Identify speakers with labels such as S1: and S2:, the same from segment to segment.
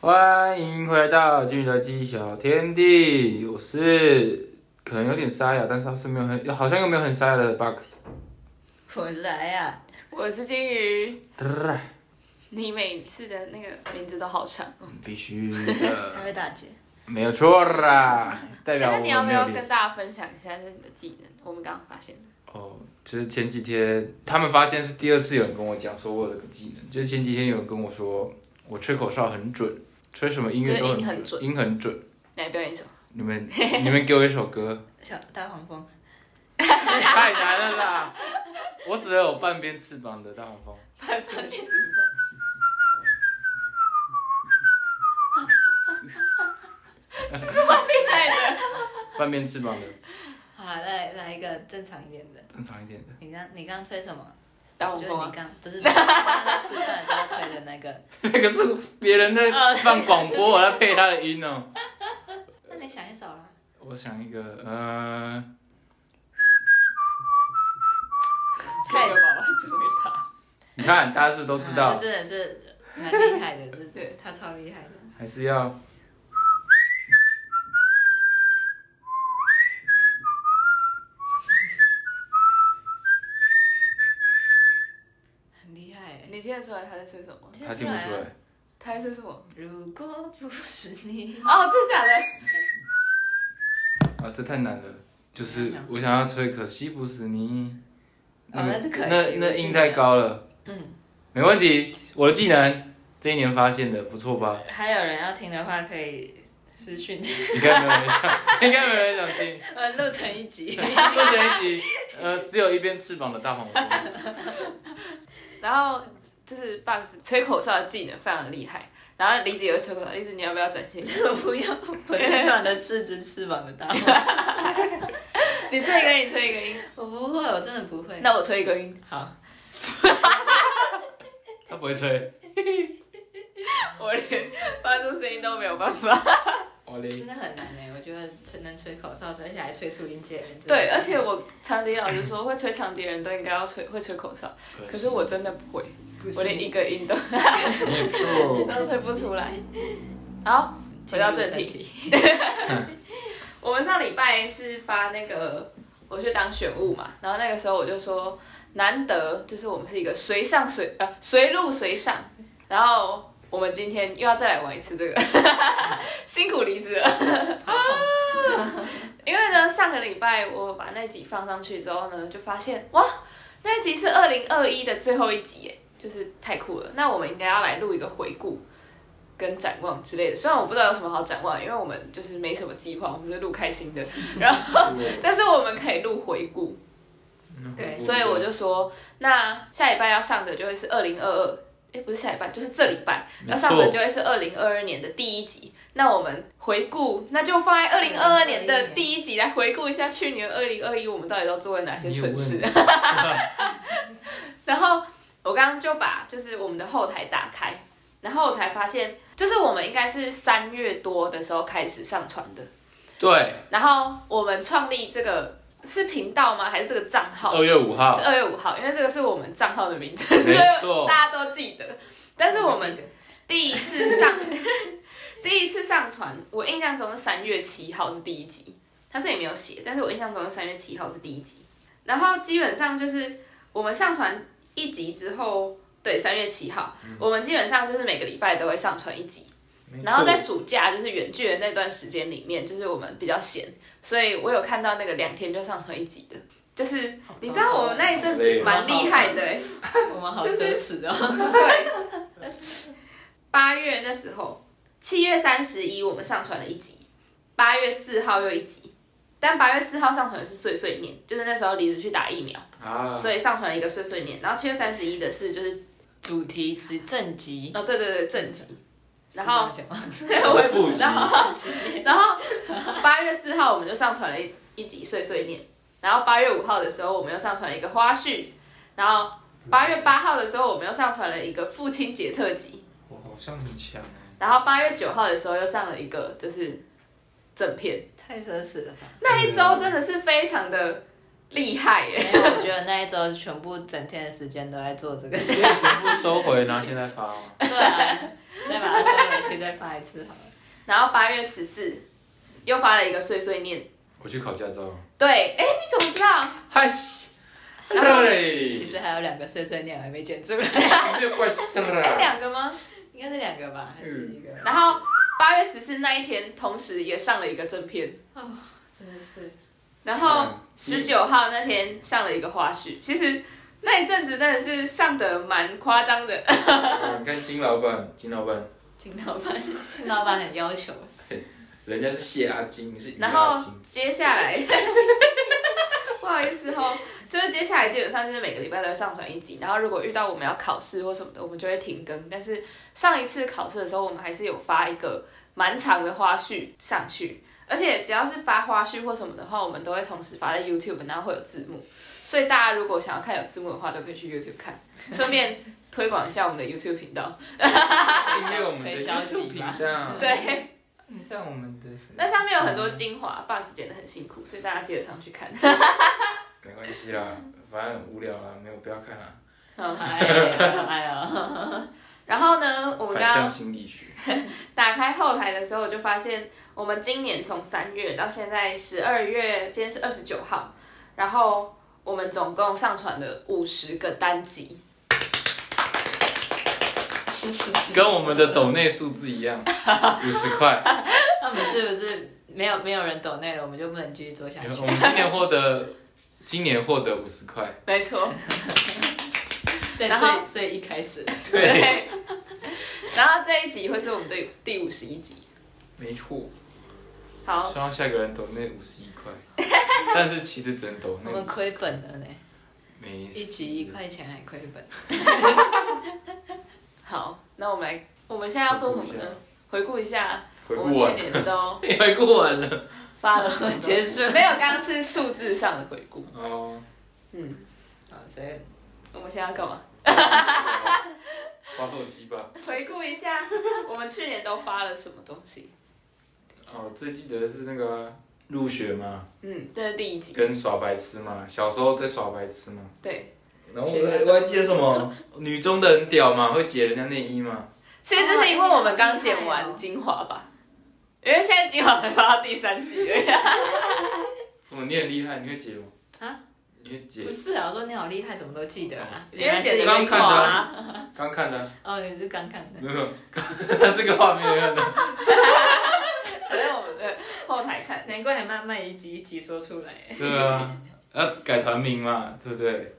S1: 欢迎回到《巨人的记忆小天地》，我是可能有点沙哑，但是是没有很，好像又没有很沙哑的 Box。
S2: 我是来呀，
S3: 我是金鱼。
S1: 嘚
S3: 你每次的那个名字都好长哦。
S1: 必须
S2: 还
S1: 的，
S2: 会打结。
S1: 没有错 啦，代表
S3: 那
S1: 我
S3: 你
S1: 没
S3: 要不要
S1: 有
S3: 跟
S1: 练习。
S3: 大家分享一下就是你的技能？我们刚刚发现的。
S1: 哦，就是前几天他们发现是第二次有人跟我讲说我有个技能，就是前几天有人跟我说我吹口哨很准，吹什么音乐都
S3: 就是音
S1: 很
S3: 很准
S1: 音很准。
S3: 来表演一首。
S1: 你 们你们给我一首歌，
S2: 小大黄蜂，
S1: 太难了啦！我只有半边翅膀的大黄蜂。
S3: 拜拜。就是外面来的。
S1: 半边翅膀的，
S2: 好啦，来来一个正常一点的。
S1: 正常一点的。
S2: 你刚你刚吹什么？
S3: 大
S2: 就
S3: 黄
S2: 是
S3: 蜂
S2: 你
S3: 啊！
S2: 刚不是 你刚在吃饭的时候吹的那个。
S1: 那个是别人在放广播，我在配他的音哦。
S2: 那你想一首啦。
S1: 我想一个，呃，
S3: 看有宝宝准备他。
S1: 你看大家是不是都知道
S2: 啊这，真的是蛮厉害的，这
S3: 对
S2: 他超厉害的。
S1: 还是要
S2: 很厉害欸。
S3: 你听得出来他在吹什么吗？
S1: 他听不出
S2: 啊
S1: 来。
S3: 他在吹什么？
S2: 如果不是你，
S3: 哦，真的假的？
S1: 啊，这太难了。就是我想要吹，可惜不是你。
S2: 嗯哦那是可惜
S1: 那
S2: 不
S1: 那
S2: 是
S1: 音
S2: 你
S1: 太高了。
S2: 嗯，
S1: 没问题，我的技能这一年发现的，不错吧？
S2: 还有人要听的话，可以私 讯，
S1: 应该没有人 想，应该没有人想听。
S2: 呃，录成一 集。
S1: 目前一集，呃，只有一边翅膀的大黄蜂。
S3: 然后就是 Box 吹口哨的技能非常的厉害，然后梨子也会吹口哨。梨子，你要不要展现一下？
S2: 不要回短的四只翅膀的大黄蜂。
S3: 你吹一个音，你吹一个音。
S2: 我不会，我真的不会。
S3: 那我吹一个音，
S2: 好，
S1: 他不会 吹，
S3: 我连发出声音都没有办法。
S1: 我嘞。
S2: 真的很难哎，我觉得吹能吹口哨，而且还吹出音阶的人。
S3: 对，而且我长笛老师说，会吹长笛的人都应该要吹会吹口哨，可是我真的不会，我连一个音都
S1: 没错
S3: 都吹不出来。好，回到正题，
S2: 题，
S3: 我们上礼拜是发那个我去当选物嘛，然后那个时候我就说，难得就是我们是一个随上随呃随录随上，然后我们今天又要再来玩一次这个， 辛苦离职了。因为呢，上个礼拜我把那集放上去之后呢，就发现哇，那一集是二零二一的最后一集耶，就是太酷了。那我们应该要来录一个回顾跟展望之类的。虽然我不知道有什么好展望，因为我们就是没什么计划，我们就录 开心的，然后但是我们可以录回顾。
S2: 对
S3: 所以我就说，那下礼拜要上的就会是二零二二，哎，不是下礼拜，就是这礼拜
S1: 没错
S3: 要上的就会是二零二二年的第一集。那我们回顾，那就放在二零二二年的第一集来回顾一下去年二零二一我们到底都做了哪些蠢事。然后我刚刚就把就是我们的后台打开，然后我才发现，就是我们应该是三月多的时候开始上传的。
S1: 对，
S3: 然后我们创立这个是频道吗？还是这个账号？
S1: 二月五号
S3: 是，二月五号，因为这个是我们账号的名称， 所
S1: 呃没
S3: 以
S1: 错
S3: 大家都记得。但是我们第一次上， 第一次上传，我印象中是三月七号是第一集，它这里没有写，但是我印象中是三月七号是第一集。然后基本上就是我们上传一集之后，对，三月七号，我们基本上就是每个礼拜都会上传一集。然后在暑假就是远距的那段时间里面，就是我们比较闲，所以我有看到那个两天就上传一集的，就是你知道我们 那一阵子蛮厉害的、欸，
S2: 我们好
S3: 就是
S2: 奢侈哦。
S3: 对，八月那时候，七月三十一我们上传了一集，八月四号又一集，但八月四号上传的是碎碎念，就是那时候离子去打疫苗，
S1: 啊，
S3: 所以上传了一个碎碎念，然后七月三十一的是就是
S2: 主题之正集，
S3: 哦对对对正集，然
S2: 是
S3: 后
S2: 这样讲吗
S3: 我也不知道。
S2: 集
S3: 然后八月四号我们就上传了一一集碎碎念，然后八月五号的时候我们又上传了一个花絮，然后八月八号的时候我们又上传了一个父亲节特辑，
S1: 我好像很强哎，
S3: 然后八月九号的时候又上了一个就是正片，
S2: 太奢侈了 吧？
S3: 那一周真的是非常的厉害耶！
S2: 没有，我觉得那一周全部整天的时间都在做这个事。
S1: 全部收回，然后现在发哦。
S2: 对啊，再把它收回去。月再发一次好了。
S3: 然后八月十四又发了一个碎碎念，
S1: 我去考驾照。
S3: 对，哎，你怎么知道？
S1: 嗨西，
S2: 然后
S1: 对，
S2: 其实还有两个碎碎念我还没剪出来，
S1: 没有关系
S3: 哎，
S1: 啦。
S3: 两个吗？
S2: 应该是两个吧，还是一个？
S3: 嗯然后八月十四那一天，同时也上了一个正片，
S2: 真的是，
S3: 然后
S1: 嗯
S3: 十九号那天上了一个花絮。其实那一阵子真的是上的蛮夸张的，
S1: 你看嗯金老板，金老板，
S2: 金老板，金老板很要求，
S1: 人家是谢阿金，你是于
S3: 然
S1: 阿
S3: 后
S1: 金。
S3: 接下 来，不好意思哦，就是接下来基本上就是每个礼拜都会上传一集，然后如果遇到我们要考试或什么的，我们就会停更。但是上一次考试的时候，我们还是有发一个蛮长的花絮上去，而且只要是发花絮或什么的话，我们都会同时发在 YouTube，然后会有字幕。所以大家如果想要看有字幕的话，都可以去 YouTube 看，顺便推广一下我们的 YouTube 频 道。
S1: 因为我们的
S2: 推销
S1: YouTube
S2: 集
S1: 频
S2: 吧
S1: 道，
S3: 对，
S1: 你在我们的
S3: 那上面有很多精华，Box 剪的很辛苦，所以大家记得上去看。
S1: 没关系啦，反正很无聊啦，没有不要看啦。
S2: 好嗨哦，好嗨哦，
S3: 然后呢，我们
S1: 反
S3: 刚
S1: 向
S3: 刚
S1: 心理 学，
S3: 打开后台的时候，我就发现我们今年从三月到现在十二月，今天是二十九号，然后我们总共上传了五十个单集，
S1: 跟我们的抖内数字一样，五十块。
S2: 那我们是不是没有没有人懂内了，我们就不能继续做下去？
S1: 我们今年获得，今年获得五十块。
S3: 没错，
S2: 在
S3: 然后
S2: 最最一开始，
S1: 对，
S3: 对。然后这一集会是我们的第五十一集。
S1: 没错。
S3: 好，
S1: 希望下个人抖那五十一块，但是其实只能抖
S2: 我
S1: 那
S2: 们亏本了呢，
S1: 没事
S2: 一集一，块钱还亏本。
S3: 好，那我们来，我们现在要做什么呢？回顾一下
S1: 回
S3: 我
S1: 顾
S3: 们去
S1: 完，
S3: 年都
S1: 你回顾完了
S3: 发了什么
S2: 结束
S3: 没有，刚刚是数字上的回顾。
S1: 哦，
S3: 嗯，
S2: 啊，所以
S3: 我们现在要干嘛？
S1: 划手机吧。
S3: 回顾一下， 我们去年都发了什么东西？
S1: 哦，最记得的是那个入学嘛，
S3: 嗯，这是第一集。
S1: 跟耍白痴嘛，小时候在耍白痴嘛。
S3: 对，
S1: 然后我还我还记得什么，女中的很屌嘛，会解人家内衣嘛。
S3: 所以这是因为我们刚剪
S2: 哦
S3: 完精华吧？因为现在精华才发到第三 集而已。
S1: 什么你很厉害，你会解吗？
S2: 啊？
S1: 你会解
S2: 不？是啊，我说你好厉害，什么都记得啊。
S3: 因为剪
S2: 的
S3: 的精华啊，
S1: 刚看的啊，
S2: 哦，你是刚 看的，
S1: 没有没有，刚这个画面没有看到。
S3: 可是我们的后台看。
S2: 难怪你慢慢一集一集说出来。
S1: 对啊，要改团名嘛，对不对？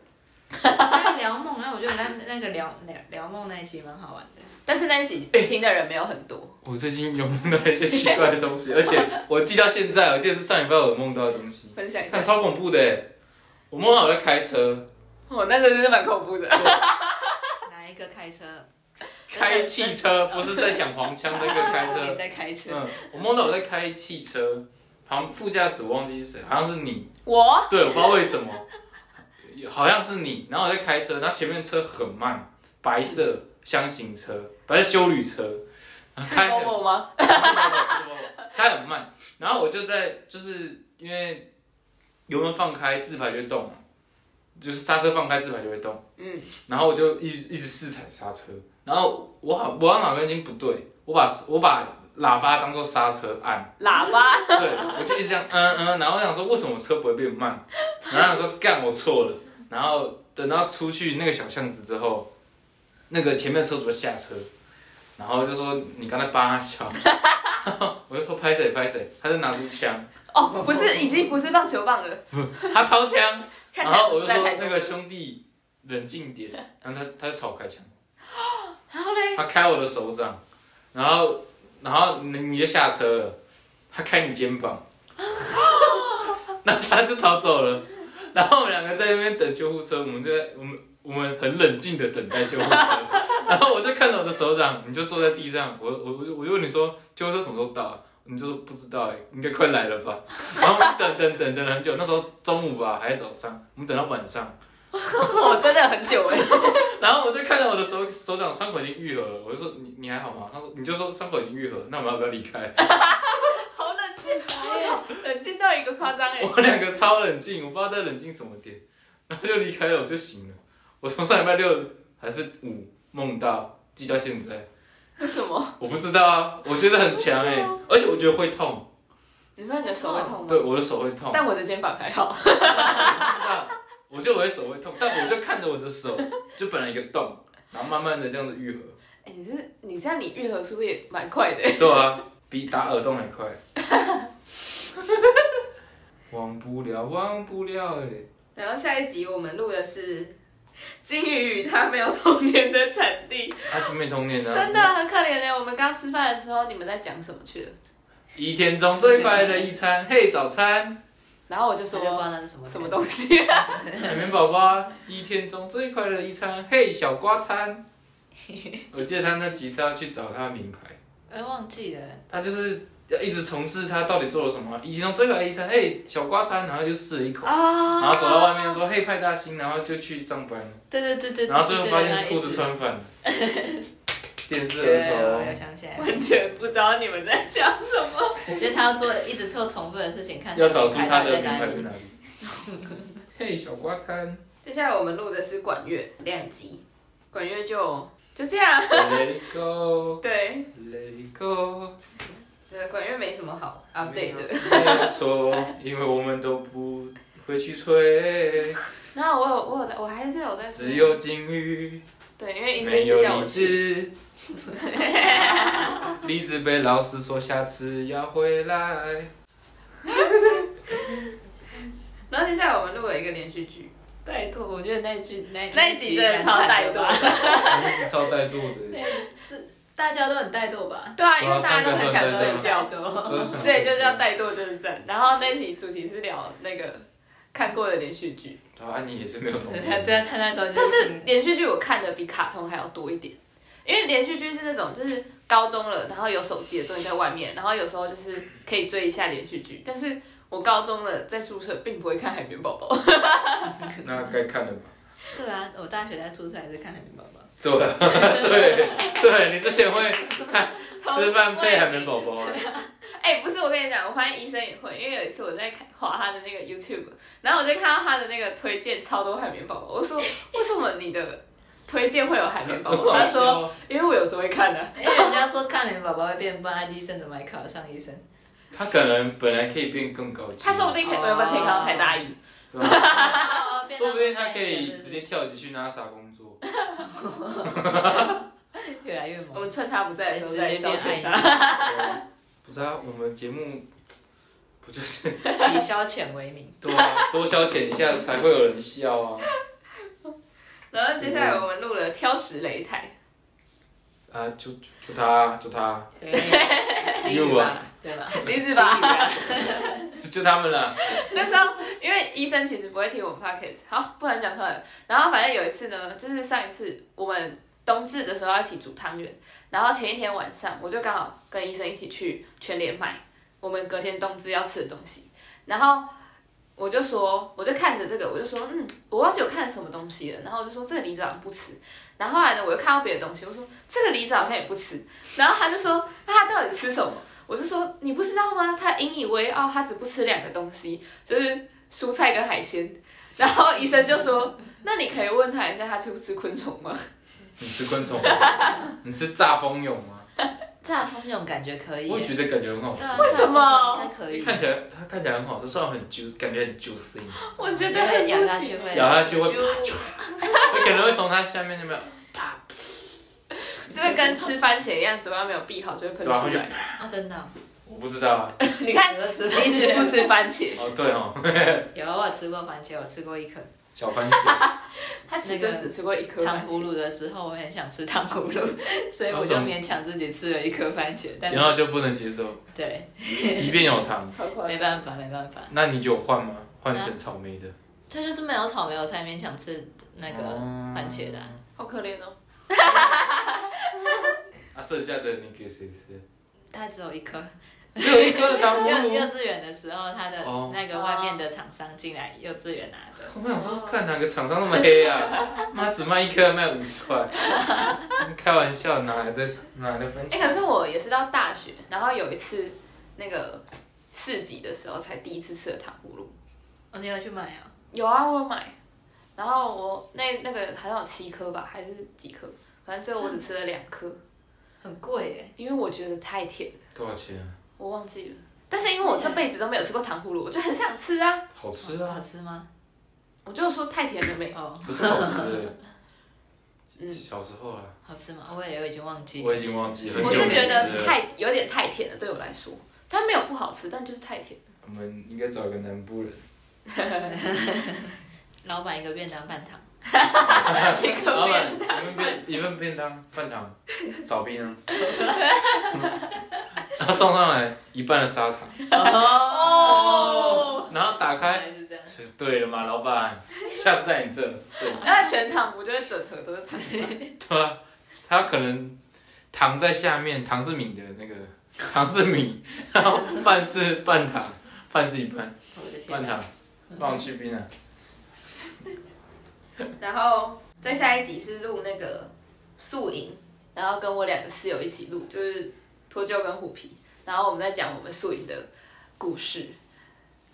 S2: 那个聊梦啊，我觉得那那个聊聊聊梦那一集蛮好玩的。
S3: 但是那一集听的人没有很多，
S1: 我最近有梦到一些奇怪的东西，而且我记到现在，我记得是上礼拜我梦到的东西，
S3: 分享一下
S1: 看。超恐怖的耶。我梦到我在开车，
S3: 哦，那真的是蛮恐怖的。
S2: 哪一个开车？
S1: 开汽车，不是在讲黄腔那个开
S2: 你
S1: 车。
S2: 在开车？
S1: 嗯，我梦到我在开汽车，旁副驾驶我忘记是谁，好像是你。
S3: 我
S1: 对，我不知道为什么，好像是你。然后我在开车，然后前面车很慢，白色箱型车，白色修旅车，然后
S3: 是哦
S1: 开很
S3: 某某吗？
S1: 开 很慢，然后我就在就是因为油门放开自排就会动嘛，就是刹车放开自排就会动，
S3: 嗯，
S1: 然后我就一直一直试踩刹车，然后我好我好像脑筋筋不对，我把我把喇叭当做刹车按，
S3: 喇叭。
S1: 对我就一直这样嗯嗯，然后我想说为什么我车不会变慢，然后想说干我错了，然后等到出去那个小巷子之后，那个前面的车主就下车，然后就说你刚才扒小，我就说拍谁拍谁，他就拿出枪，
S3: 哦，不是，已经不是棒球棒了。
S1: 他掏枪，然
S3: 看起来
S1: 后
S3: 不
S1: 我就是
S3: 在
S1: 说
S3: 台
S1: 这
S3: 中
S1: 个。兄弟冷静点，然后他他就朝我开枪，
S3: 然后嘞，
S1: 他开我的手掌，然后然后你你就下车了，他开你肩膀， 那他就逃走了，然后我们两个在那边等救护车，我们就在我们我们很冷静的等待救护车，然后我就看着我的手掌，你就坐在地上，我我我就我就问你说救护车什么时候到、啊？你就说不知道哎、应该快来了吧？然后我们等等等等了很久，那时候中午吧还是早上，我们等到晚上。
S3: 我真的很 久哎。
S1: 然后我就看到我的手手掌伤口已经愈合了，我就说你你还好吗？他说你就说伤口已经愈合，那我们要不要离开？
S3: 好冷静，冷静到一个夸张哎。
S1: 我们两个超冷静，我不知道在冷静什么点，然后就离开了，我就醒了。我从上礼拜六还是五梦到记到现在，
S3: 为什么？
S1: 我不知道啊，我觉得很强哎、而且我觉得会痛，
S3: 你说你的手会痛吗？
S1: 对，我的手会痛。
S3: 但我的肩膀还好。
S1: 我不知道，我觉得我的手会痛，但我就看着我的手，就本来一个洞，然后慢慢的这样子愈合。
S3: 哎、你是你这样，你愈合速度也蛮快的。
S1: 对啊，比打耳洞还快。 忘不了，忘不了哎、
S3: 然后下一集我们录的是金鱼与它没有童年的产地，
S1: 欸，啊，没童年啊，
S3: 真的很可怜呢。欸我们刚吃饭的时候，你们在讲什么去了？
S1: 一天中最快乐的一餐，嘿，早餐，
S3: 然后我就
S2: 我就不知道
S3: 说
S2: 那是什么
S3: 什么东西、
S1: 海绵宝宝，一天中最快乐的一餐，嘿，小瓜 餐。我记得他那集是要去找他的名牌，
S2: 哎，忘记了，
S1: 他就是要一直重试他到底做了什么。一天中最快乐的一餐，嘿，小瓜餐，然后就试了一口，
S2: 啊
S3: 哦
S1: 然后走到外面说，嘿，派大星，然后就去上班，
S2: 对对对对，
S1: 然后最后发现是裤子穿反了，电视
S2: 对，我
S1: 儿
S2: 又想起来，
S3: 完全不知道你们在讲什么。
S2: 我觉得他要做一直做重复的事情，看
S1: 头，要找出
S2: 他
S1: 他的
S2: 在
S1: 名
S2: 哪
S1: 牌
S2: 里
S1: 在哪 里。嘿，小瓜餐，
S3: 接下来我们录的是管乐两集，管乐就就这样。
S1: Let it go，Let
S3: 对，
S1: it go。
S3: 对，管乐没什么好 update 的。
S1: 没有错，因为我们都不会去吹，
S3: 然后我有我有在，我还是有在
S1: 只有金鱼，
S3: 对，因为医生一
S1: 没
S3: 直叫
S1: 有
S3: 我
S1: 荔
S3: 去。
S1: 枝。荔枝被老师说下次要回来。
S3: 然后接下来我们录了一个连续剧，
S2: 怠惰，我觉得那一句那
S3: 那一集真的超
S2: 蛮
S3: 歹
S2: 惨
S3: 毒
S2: 吧，
S1: 我是超怠惰的，
S2: 是大家都很怠惰 吧？
S3: 对啊，因为大家都很想
S1: 对
S3: 睡
S1: 啊
S3: 觉
S2: 怠，惰，
S1: 都是
S3: 所以就叫怠惰就是正。然后那一集主题是聊那个看过的连续剧，
S1: 然后安啊妮也是没有同
S2: 对
S1: 理，
S2: 他对啊他那时候就，
S3: 但是连续剧我看的比卡通还要多一点，因为连续剧是那种就是高中了，然后有手机的终于在外面，然后有时候就是可以追一下连续剧，但是。我高中了，在宿舍并不会看《海绵宝宝》，
S1: 那该看了吧？
S2: 对啊，我大学在宿舍还是看海绵宝宝，
S1: 对 对对，你之前会看吃饭配海绵宝宝，
S3: 哎、不是，我跟你讲，我发现医生也会，因为有一次我在看划他的那个 YouTube，然后我就看到他的那个推荐超多海绵宝宝，我说为什么你的推荐会有海绵宝宝？ 他说因为我有时候会看的、
S2: 因为人家说看海绵宝宝会变不安，医生怎么还考得上医生？
S1: 他可能本来可以变更高级，
S3: 他说不定可以原本可以看到台大一，
S1: 对吧
S2: 哦
S1: 说不定他可以直接跳级去 NASA 工作。
S2: 越来越
S3: 我
S2: 猛，
S3: 们趁他不在的时候
S2: 直
S3: 再
S2: 接啊
S3: 消
S2: 变
S3: 遣
S2: 爱
S3: 他。
S2: 医
S1: 不是啊，我们节目不就是
S2: 生， 以消遣为名。
S1: 多、 啊、多消遣一下才会有人笑啊？
S3: 然后接下
S2: 嗯
S3: 来我们录了挑食擂 台，
S1: 啊，就就就他，就他，
S2: 所以
S1: 金鱼吧，
S2: 对吧？
S3: 你知
S2: 啊
S3: 吧？
S1: 就就他们了。
S3: 那时候因为医生其实不会听我们 podcast，好，不能讲出来了。然后反正有一次呢，就是上一次我们冬至的时候要一起煮汤圆，然后前一天晚上我就刚好跟医生一起去全联买我们隔天冬至要吃的东西，然后。我就说，我就看着这个，我就说，嗯，我忘记我看了什么东西了。然后我就说这个梨子好像不吃。然后后来呢，我又看到别的东西，我说这个梨子好像也不吃。然后他就说，那他到底吃什么？我就说你不知道吗？他引以为傲，他只不吃两个东西，就是蔬菜跟海鲜。然后医生就说：“那你可以问他一下，他吃不吃昆虫吗
S1: 你吃昆虫吗？你吃炸蜂蛹吗？
S2: 炸蜂蛹感觉可以
S1: 我也
S2: 耶，
S1: 觉得感觉很好吃
S2: 对啊。
S3: 为什么
S2: 炸蜂蛹应该可以，
S1: 看起来它看起来很好吃，虽然很 juice，感觉很 juicy，？”
S3: 我觉得
S2: 觉得
S3: 很
S2: 咬
S3: 不
S2: 下
S3: 行欸
S2: 去会
S1: 咬下去会
S2: 啾
S1: 你可能会从它下面那边啪，
S3: 就是跟吃番茄一样，嘴巴没有闭好就会喷
S1: 对
S3: 出
S1: 吧？会就
S3: 来。
S1: 啪，
S2: 啊，真的哦，
S1: 我不知道啊。
S3: 你 看，
S2: 我都吃番
S3: 你一直不
S2: 茄，
S3: 吃番茄，
S1: 哦，对哦，
S2: 有啊，我有吃过番茄，我吃过一颗。
S1: 小番茄，
S3: 他其实只吃过一颗
S2: 糖
S3: 番
S2: 葫
S3: 茄。
S2: 芦的时候，我很想吃糖葫芦， 所以我就勉强自己吃了一颗番茄，但
S1: 然后就不能接 受，
S2: 对，
S1: 即便有糖，
S3: 超快
S2: 没办法，没办法，
S1: 那你就有换吗？换成草莓的。
S2: 这就是没有草莓，我才勉强吃那个
S1: 哦
S2: 番茄的啊、
S3: 好可怜哦。
S1: 啊，剩下的你给谁吃？
S2: 它只有一颗。
S1: 只有一颗糖葫
S2: 幼
S1: 芦
S2: 幼。稚园的时候，它的
S1: 哦
S2: 那个外面的厂商进来幼稚园拿的，
S1: 我想说，看哪个厂商那么黑啊？妈，只卖一颗要卖五十块，开玩笑，哪来的哪来的分
S3: 哎、
S1: 钱？
S3: 可是我也是到大学，然后有一次那个市集的时候，才第一次吃了糖葫芦。
S2: 哦，你有去买啊？
S3: 有啊，我有买。然后我那那个好像有七颗吧，还是几颗？反正最后我只吃了两颗，
S2: 很贵耶，
S3: 因为我觉得太甜了，
S1: 多少钱啊？
S3: 我忘记了。但是因为我这辈子都没有吃过糖葫芦，我就很想吃啊！
S1: 好吃
S2: 好
S1: 啊，
S2: 吃吗？
S3: 我就说太甜了没？
S2: 哦，
S1: 不是好吃的。
S3: 嗯
S1: 小时候啦，
S2: 好吃吗？我也我已经忘记了。
S1: 我已经忘记了。
S3: 我是
S1: 很久
S3: 觉
S1: 没吃
S3: 得
S1: 了
S3: 太有点太甜了，对我来说，它没有不好吃，但就是太甜。
S1: 我们应该找一个南部人，
S2: 老板一个便当半糖，
S1: 老板一份便一份便当饭堂，少冰啊，然后送上来一半的砂糖，
S2: 哦，
S1: 然后打
S2: 原
S1: 开，
S2: 来是这样。
S1: 就是对了嘛，老板，下次在你这，这
S3: 那全糖不就会整盒都是吃？
S1: 对啊，他可能糖在下面，糖是米的那个，糖是米，然后饭是半糖，饭是一半，
S2: 我的天
S1: 半
S2: 哪！
S1: 糖，放去冰啊，
S3: 然后在下一集是录那个宿营，然后跟我两个室友一起录，就是脱臼跟虎皮，然后我们在讲我们宿营的故事。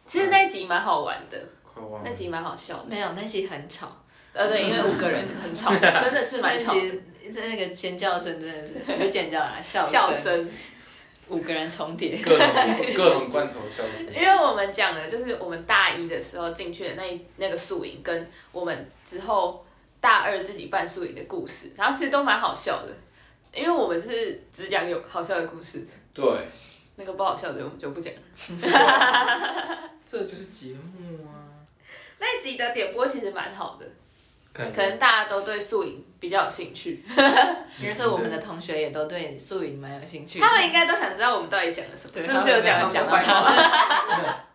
S3: 其实那一集蛮好玩的，
S1: 快忘了
S3: 那，集蛮好笑的。
S2: 没有，那集很吵，啊
S3: 呃，对，因为五个人很 吵，真的是蛮吵
S2: 那
S3: 的。
S2: 集那个尖叫声真的是不是尖叫啦，笑
S3: 笑
S2: 声，
S3: 声，
S2: 五个人重叠。
S1: 各种各种罐头消失。
S3: 因为我们讲的就是我们大一的时候进去的那一那个宿营，跟我们之后大二自己办宿营的故事，然后其实都蛮好笑的，因为我们是只讲有好笑的故事，
S1: 对，
S3: 那个不好笑的我们就不讲了。
S1: 这就是节目啊。
S3: 那一集的点播其实蛮好的，
S1: 可
S3: 可能大家都对宿营比较有兴趣，
S2: 就是我们的同学也都对素云蛮有兴趣的，
S3: 他们应该都想知道我们到底讲了什么，
S2: 对
S3: 是不是有讲
S2: 他们
S3: 讲
S2: 没有讲到
S3: 话？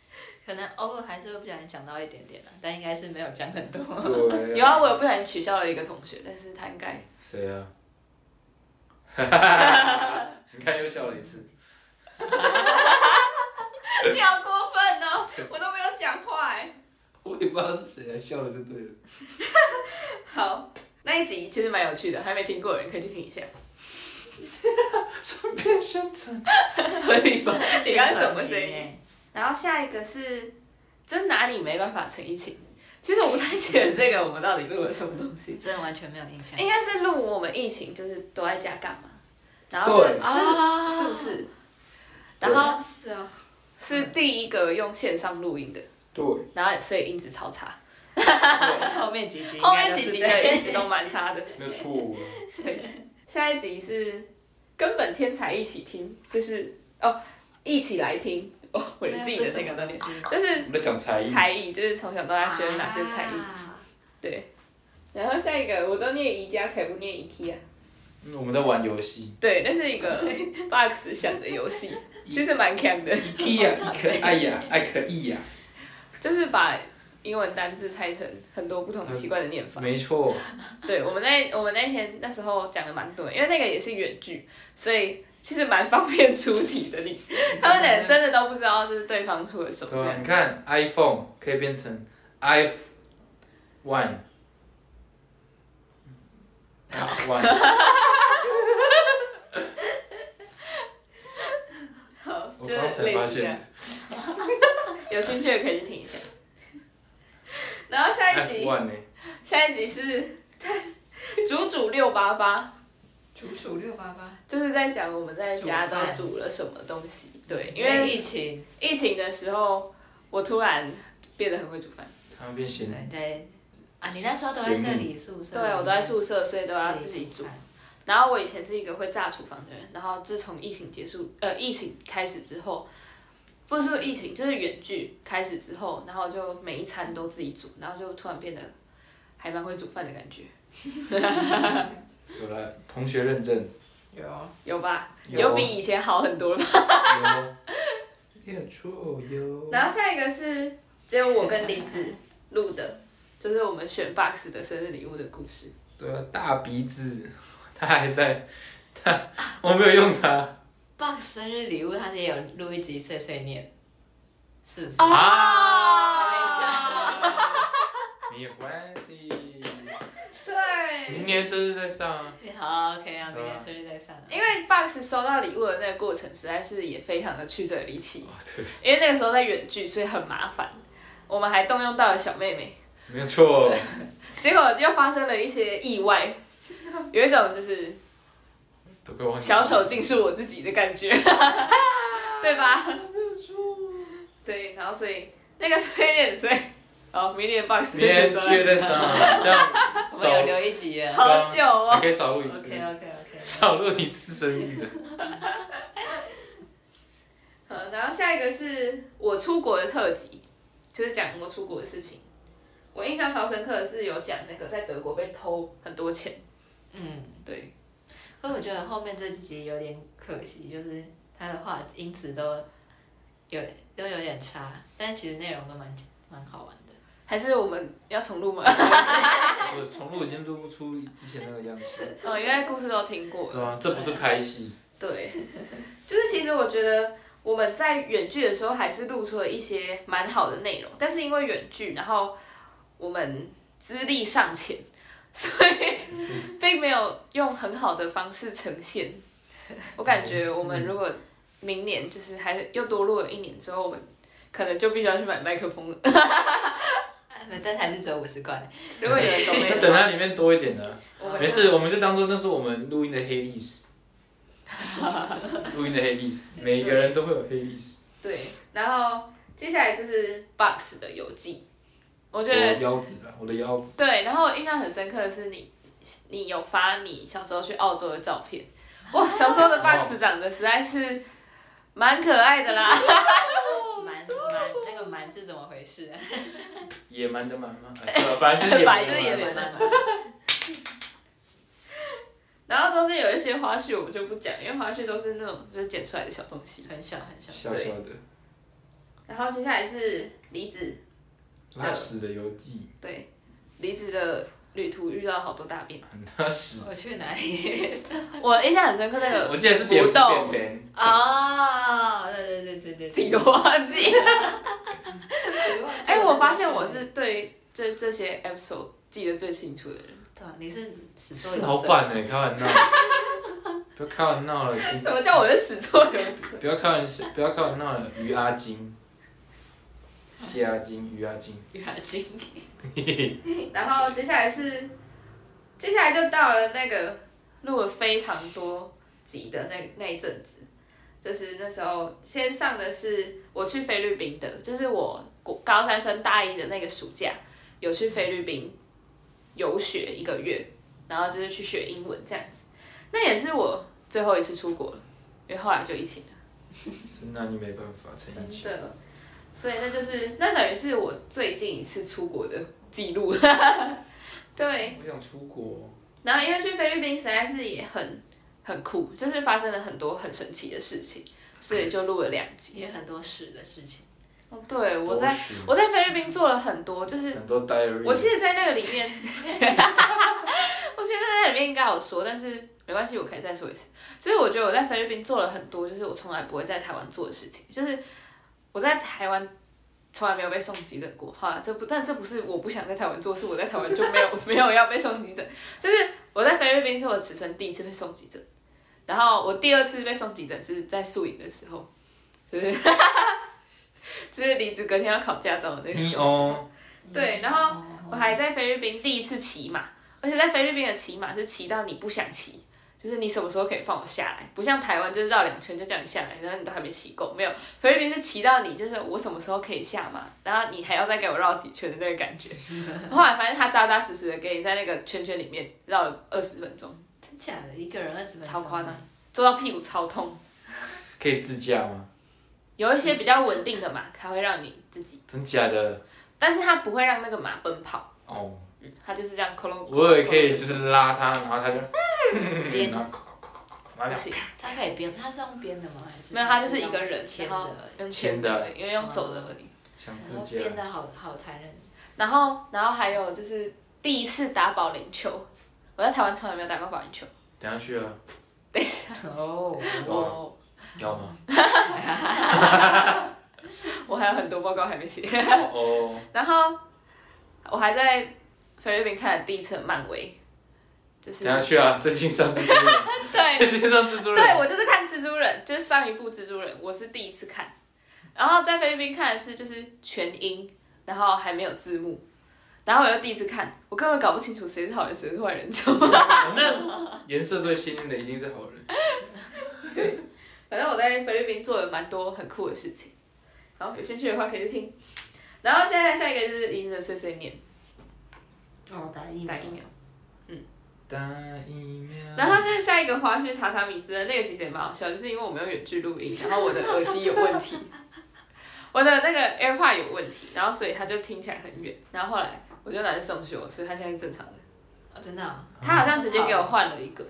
S2: 可能偶尔还是会不小心讲到一点点啦，但应该是没有讲很多。
S1: 对
S3: 有啊，我有不小心取消了一个同学，但是他 应该
S1: 谁啊？ 哈哈哈哈你看又笑了一次，
S3: 你好过分哦，我都没有讲话哎。
S1: 我也不知道是谁啊，笑了就对了。
S3: 好，那一集其实蛮有趣的，还没听过的人可以去听一下。
S1: 顺便宣传，
S3: 合 理吧？你刚刚什么
S2: 专
S3: 声
S2: 辑
S3: 音？
S2: 耶？
S3: 然后下一个是真哪里没办法陈一晴。其实我不太记得这个我们到底录了什么东西，
S2: 真的完全没有印象
S3: 应。该是录我们疫情就是都在家干嘛，然后
S1: 对
S3: 是
S2: 啊
S3: 是不是？
S1: 对
S3: 然后
S2: 是啊，
S3: 是第一个用线上录音的，
S1: 对，
S3: 然后所以音质超差，
S2: 后面几集应
S3: 后面
S2: 该都
S3: 几
S2: 是
S3: 集
S2: 这样，
S3: 的音质都蛮差的。
S1: 没有错啊误。
S3: 下一集是根本天才一起听，就是哦一起来听哦，我连自己的那个都念，
S2: 是
S3: 就是
S1: 我们在讲才艺，
S3: 才艺，就是从小到大学哪些才艺。
S2: 啊
S3: 然后下一个我都念宜家，才不念 IKEA。
S1: 嗯我们在玩游戏。
S3: 对，那是一 个 Box 想的游戏，其实蛮强的，
S1: 一呀， 一可爱呀，爱可以啊呀，
S3: 就是把英文单字拆成很多不同奇怪的念法。
S1: 没错，
S3: 对，我们那我们那天那时候讲的蛮多的，因为那个也是远距，所以其实蛮方便出题的。你他们俩真的都不知道就是对方出了什
S1: 嗯对啊
S3: 么
S1: 吧？
S3: 样
S1: 你。看 iPhone 可以变成 i one，好 one，
S3: 好，
S1: 我
S3: 就
S1: 刚
S3: 是
S1: 才
S3: 类
S1: 发
S3: 似这样
S1: 现。
S3: 有兴趣的可以去听一下。然后下一
S1: f
S3: 集。
S1: one 呢？
S3: 下一集是煮煮六八八，
S2: 竹鼠六八八，
S3: 就是在讲我们在家
S2: 煮
S3: 都
S2: 饭
S3: 煮了什么东西。嗯对，
S2: 因
S3: 因
S2: 为
S3: 为
S2: 疫情，
S3: 疫情的时候，我突然变得很会煮饭。
S1: 他们变咸
S2: 对对啊，你那时候都在这里宿舍，
S3: 对，我都在宿舍，所以都要自己煮。然后我以前是一个会炸厨房的人，然后自从疫情结束，呃，疫情开始之后，不是说疫情，就是远距开始之后，然后就每一餐都自己煮，然后就突然变得还蛮会煮饭的感觉，
S1: 有了同学认证，
S2: 有
S3: 有吧？
S1: 有
S3: 啊有比以前好很多了吧
S1: 有，有错有。
S3: 然后下一个是只有我跟李子录的，就是我们选 Box 的生日礼物的故事。
S1: 对啊，大鼻子，他还在，他我没有用它
S2: Box 生日礼物，他也有录一集碎碎念，是不
S1: 哦
S3: 哦
S2: 是？
S3: 啊
S1: 没关系，
S3: 对，
S1: 明年生日再上啊。
S2: 好，OK 啊，明天生日再上啊。
S3: 因为 Box 收到礼物的那个过程实在是也非常的曲折离奇，
S1: 哦对，
S3: 因为那个时候在远距，所以很麻烦。我们还动用到了小妹妹，
S1: 没有错，
S3: 结果又发生了一些意外，有一种就是
S1: 都快忘记
S3: 小丑竟是我自己的感觉，对吧？对，然后所以那个 催恋所以哦，明年 box
S1: 明年七月再上，啊这 样
S2: 我
S1: 少啊
S2: 们有留一啊集耶。
S3: 好久
S1: 还
S3: 哦。
S1: 可以少录一
S2: OK
S1: 次，
S2: OK OK。
S1: 少录一次生日的。
S3: 好，然后下一个是我出国的特辑，就是讲我出国的事情。我印象超深刻的是有讲那个在德国被偷很多钱，
S2: 嗯，
S3: 对，
S2: 可我觉得后面这几集有点可惜，就是他的话音质都有都有点差，但其实内容都蛮蛮好玩的。
S3: 还是我们要重录 吗？
S1: 我重录已经录不出之前那个样子。
S3: 哦，因为故事都听过了
S1: 对。啊，这不是拍戏，
S3: 对， 就是其实我觉得我们在远距的时候还是录出了一些蛮好的内容，但是因为远距，然后我们资历尚浅，所
S1: 嗯
S3: 以并没有用很好的方式呈现。我感觉
S1: 嗯
S3: 我们如果明年就是还又多录了一年之后，我们可能就必须要去买麦克风了。
S2: 啊但还是只有五十块。
S3: 如果有人 懂
S1: 就等
S3: 那个，
S1: 它里面多一点的。
S3: 我们
S1: 没事，我们就当做那是我们录音的黑历史。录音的黑历史，每个人都会有黑历史。
S3: 对。然后接下来就是 Box 的游记，我
S1: 我
S3: 觉得
S1: 的腰子啊，我的腰子。
S3: 对，然后我印象很深刻的是你，你有发你小时候去澳洲的照片，哇，小时候的 Box 长得实在是蛮可爱的啦。
S2: 蛮蛮那个蛮是怎么回事、啊？
S1: 野蛮的蛮吗？哎对啊反正就是野
S3: 反
S1: 蛮
S3: 正就是野
S1: 的
S3: 蛮
S1: 蛮。
S2: 蛮。
S3: 然后中间有一些花絮我们就不讲，因为花絮都是那种就是剪出来的小东西。
S2: 很小很小，
S1: 小小的
S3: 然后接下来是离子，
S1: 拉屎的游记，
S3: 对，离子的旅途遇到好多大便，
S1: 拉屎。
S3: 嗯
S2: 我去哪 里？
S3: 我印象很深刻那个
S1: 我记得是蝙蝠
S3: 福豆
S1: 便便，
S2: 哦，对对对对
S3: 自己
S2: 对，
S3: 都忘记。哎、
S2: 哎，
S3: 我发现我是对这这些 episode 记得最清楚的人。
S2: 对啊，你是始作
S1: 是
S2: 俑者
S1: 老板呢、开玩笑， 不要开玩闹了，已经
S3: 什么叫我是始作俑者？
S1: 不要开玩笑，不要开玩闹了，鱼阿金，蟹阿金，鱼阿金，
S2: 于海金，
S3: 然后接下来是，接下来就到了那个录了非常多集的那那一阵子，就是那时候先上的是我去菲律宾的，就是我国高三升大一的那个暑假有去菲律宾游学一个月，然后就是去学英文这样子，那也是我最后一次出国了，因为后来就疫情了，
S1: 真拿你没办法，陈奕迅，
S3: 真的，所以那就是那等于是我最近一次出国的记录， 对。
S1: 我想出国，
S3: 然后因为去菲律宾实在是也很很酷，就是发生了很多很神奇的事情，所以就录了两集。
S2: 也很多屎的事情。
S3: 哦，对，我
S1: 多
S3: 在
S1: 许
S3: 我在菲律宾做了很多，就是
S1: 很多 diary，
S3: 我记得在那个里面， 我记得在那里面应该有说，但是没关系，我可以再说一次。就是我觉得我在菲律宾做了很多，就是我从来不会在台湾做的事情，就是我在台湾。从来没有被送急诊过，好了，这不，但这不是我不想在台湾做，是我在台湾就没有 没有要被送急诊，就是我在菲律宾是我此生第一次被送急诊，然后我第二次被送急诊是在宿营的时候，就是 就是离职隔天要考驾照的那个
S1: 你哦，
S3: 对，然后
S2: 嗯
S3: 我还在菲律宾第一次骑马，而且在菲律宾的骑马是骑到你不想骑，就是你什么时候可以放我下来，不像台湾就是绕两圈就叫你下来，然后你都还没骑够。没有，菲律宾是骑到你就是我什么时候可以下马，然后你还要再给我绕几圈的那个感觉。后来发现他扎扎实实的给你在那个圈圈里面绕了二十分钟，
S2: 真假的，一个人二十分钟，
S3: 超夸张，坐到屁股超痛。
S1: 可以自驾吗？
S3: 有一些比较稳定的马，它会让你自己，
S1: 真假的
S3: 但是它不会让那个马奔跑，
S1: 哦，
S3: 嗯，它就是这样咯咯咯咯
S1: 我以为可以就是拉它，然后它就，嗯然后咔咔咔咔咔，然
S3: 不
S1: 后
S3: 行。
S2: 他可以编，他是用编的吗？还是
S3: 没有，他就是一个人，
S2: 签
S3: 然后
S2: 的，
S3: 用
S1: 签
S3: 签
S1: 的嗯
S3: 的，因为用走的而已。
S1: 想
S2: 然
S1: 自啊
S2: 后
S1: 驾，
S2: 编的好好残 忍。
S3: 然后，然后还有就是第一次打保龄球，我在台湾从来没有打过保龄球。
S1: 等下去啊，
S2: 哦，
S3: 我
S1: 要吗？
S3: 我还有很多报告还没写。
S1: 哦，
S3: 然后我还在菲律宾看了第一次的漫威，就 是
S1: 等下去啊，最近上蜘蛛人，
S3: 对
S1: 最近上蜘蛛人，
S3: 对我就是看蜘蛛人，就是上一部蜘蛛人，我是第一次看。然后在菲律宾看的是就是全英，然后还没有字幕，然后我又第一次看，我根本搞不清楚谁是好人，谁是坏人，知道吗
S1: 那颜色最鲜艳的一定是好人。
S3: 反正我在菲律宾做了蛮多很酷的事情。好，有兴趣的话可以去听。然后接下来下一个就是医生的碎碎念，
S2: 哦，打疫苗
S3: 打疫，苗。
S1: 打疫苗
S3: 然后那下一个花絮榻榻米之恩，那个其实也蛮好笑，就是因为我没有远距录音，然后我的耳机有问题，我的那个 AirPod 有问题，然后所以它就听起来很远。然后后来我就拿去送修，所以它现在是正常的。
S2: 哦，真的哦，
S3: 他好像直接给我换了一个。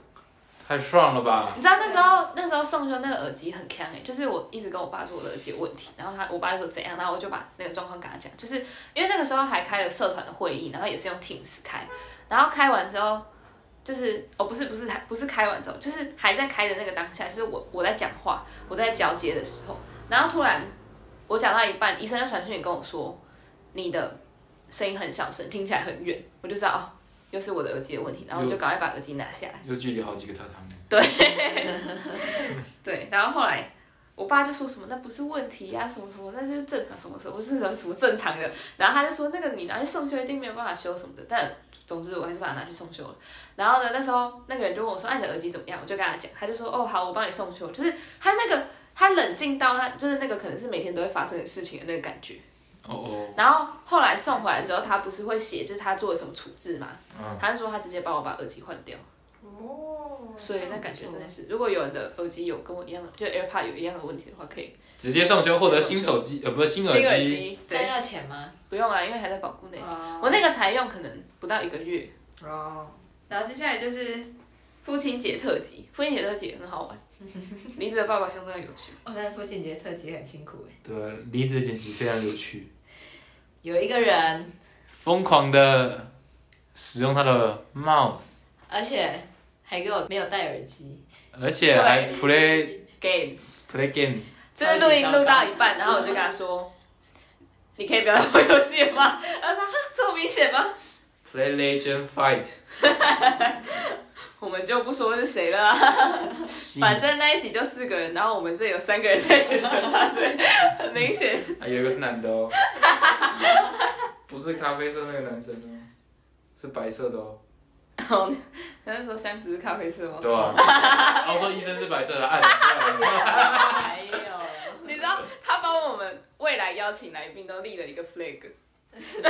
S1: 太爽了吧！
S3: 你知道那时候那时候送修那个耳机很坑哎、就是我一直跟我爸说我的耳机有问题，然后他我爸就说怎样，然后我就把那个状况跟他讲，就是因为那个时候还开了社团的会议，然后也是用 Teams 开，然后开完之后。就是哦，不是不是，还不是开完之后，就是还在开的那个当下，就是我我在讲话，我在交接的时候，然后突然我讲到一半，医生就传讯跟我说，你的声音很小声，听起来很远，我就知道哦，又是我的耳机的问题，然后我就赶快把耳机拿下来。
S1: 又距离好几个榻榻米。
S3: 对，然后后来我爸就说什么那不是问题呀、什么什么，那就是正常什么什么，我是什么什么正常的。然后他就说那个你拿去送修一定没有办法修什么的，但总之我还是把它拿去送修了。然后呢，那时候那个人就问我说，哎、你的耳机怎么样？我就跟他讲，他就说哦好，我帮你送修。就是他那个他冷静到他就是那个可能是每天都会发生的事情的那个感觉。
S1: 哦哦，
S3: 然后后来送回来之后，他不是会写就是他做了什么处置嘛？
S1: 嗯
S3: 他就说他直接帮我把耳机换掉。
S2: 哦，
S3: 所以那感觉真的是，如果有人的耳机有跟我一样的，就 AirPod 有一样的问题的话，可以
S1: 直接送修获得新手机，呃，不是新
S3: 新
S1: 耳
S3: 耳
S1: 机。
S3: 机，
S2: 这
S3: 对，
S2: 样要钱吗？
S3: 不用啊，因为还在保护内。
S2: 哦，
S3: 我那个才用可能不到一个月。
S2: 哦，
S3: 然后接下来就是父亲节特辑，父亲节特辑也很好 玩，梨子的爸爸相当有趣。
S2: 我在哦父亲节特辑很辛苦哎，
S1: 对，离子剪辑非常有趣，
S2: 有一个人，
S1: 疯狂的使用他的 mouse，
S2: 而且还给我没有戴耳 机，
S1: 而且还 play
S3: Games
S1: play game。
S3: 就是录音录到一半，然后我就跟他说：“你可以不要再玩游戏了吗？”然后他说：“哈，这么明显吗？”
S1: Play Legend Fight，
S3: 我们就不说是谁了啊、 反正那一集就四个人，然后我们这有三个人在选择他，所以很明 显。
S1: 啊，有一个是男的哦，不是咖啡色那个男生哦，是白色的哦，
S3: 哦，那时候箱子是咖啡色吗？
S1: 对啊吧、然哦后说医生是白色的，啊，你知道了
S2: 还有，
S3: 你知道他帮我们未来邀请来宾都立了一个 flag，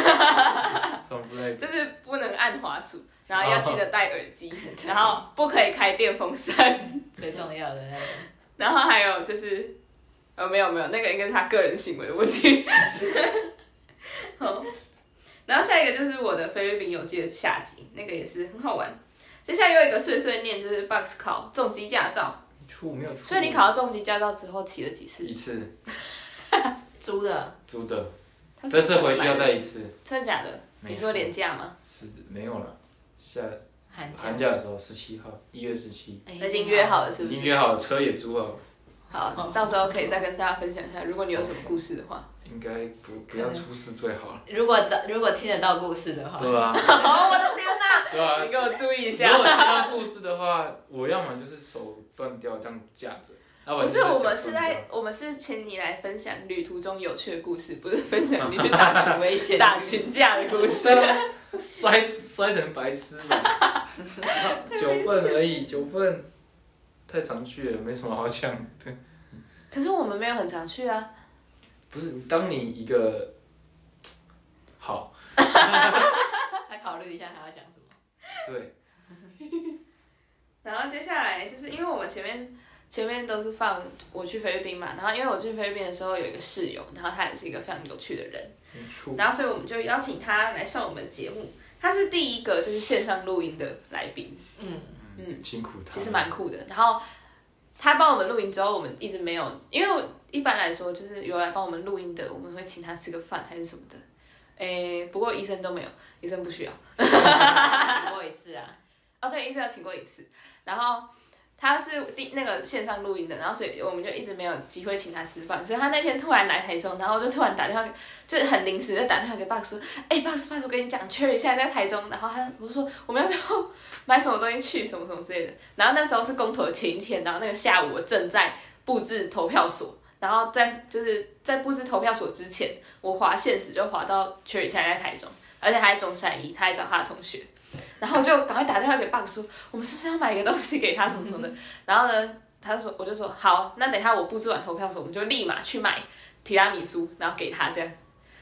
S1: 什么 play？
S3: 就是不能按滑鼠，然后要记得戴耳
S2: 哦
S3: 机，然后不可以开电风扇，
S2: 最重要的那个，
S3: 然后还有就是，呃，没有没有，那个应该是他个人行为的问题。 好，然后下一个就是我的菲律宾游记的下集，那个也是很好玩。接下来又一个碎碎念，就是 Box 考重机驾照，
S1: 出没有出？
S3: 所以你考到重机驾照之后骑了几次？
S1: 一次
S2: 租的，
S1: 租的，这次回去要再一次。
S3: 真的假的？
S1: 没
S3: 你说
S1: 错
S3: 廉价吗？
S1: 是没有了，下
S2: 寒假
S1: 寒，假的时候十七号，一月十七，
S2: 哎
S3: 已经约好了，是
S1: 已
S3: 不
S1: 经
S3: 是？
S1: 约好了，车也租好了，
S3: 好，到时候可以再跟大家分享一下，如果你有什么故事的话。
S1: 应该不不要出事最好了，
S2: 如果早如果听得到故事的话，
S1: 对啊吧、
S3: 哦，我的天哪！
S1: 对啊吧、
S3: 你给我注意一
S1: 如
S3: 下。
S1: 果听到故事的话，我要么就是手断掉这样架着，要 然
S3: 不，
S1: 就是脚
S3: 我们是
S1: 断掉
S3: 在我们是请你来分享旅途中有趣的故事，不是分享你去打群危险、 打群架的故事。
S1: 哎摔摔成白痴了， 九份而已，九份太常去了，没什么好讲的。
S3: 可是我们没有很常去啊。
S1: 不是，当你一个好
S2: 他考虑一下他要讲 什么。
S1: 对，
S3: 然后接下来就是因为我们前面前面都是放我去菲律宾嘛，然后因为我去菲律宾的时候有一个室友，然后他也是一个非常有趣的人。
S1: 你出
S3: 然后所以我们就邀请他来上我们的节目，他是第一个就是线上录音的来宾，
S2: 嗯，
S1: 嗯辛苦他，
S3: 其实蛮酷的。然后他帮我们录音之后，我们一直没有，因为我一般来说就是有来帮我们录音的，我们会请他吃个饭还是什么的。诶，不过医生都没有，医生不需要。
S2: 请过一 次啊，
S3: 哦，对，医生有请过一次，然后他是第那个线上录音的，然后所以我们就一直没有机会请他吃饭，所以他那天突然来台中，然后就突然打电话，就是很临时就打电话给 Box 说，哎、b o x Box，我跟你讲，Cherry 现在在台中，然后他我就说我们要不要买什么东西去什么什么之类的，然后那时候是公投的前一天，然后那个下午我正在布置投票所。然后在就是在布置投票所之前，我划现实就划到 Cherry 现在在台中，然而且他在中山一，他在找他的同学，然后我就赶快打电话给爸说，我们是不是要买一个东西给他什么什么的，然后呢，他就说，我就说好，那等一下我布置完投票的时候，我们就立马去买提拉米苏，然后给他这样，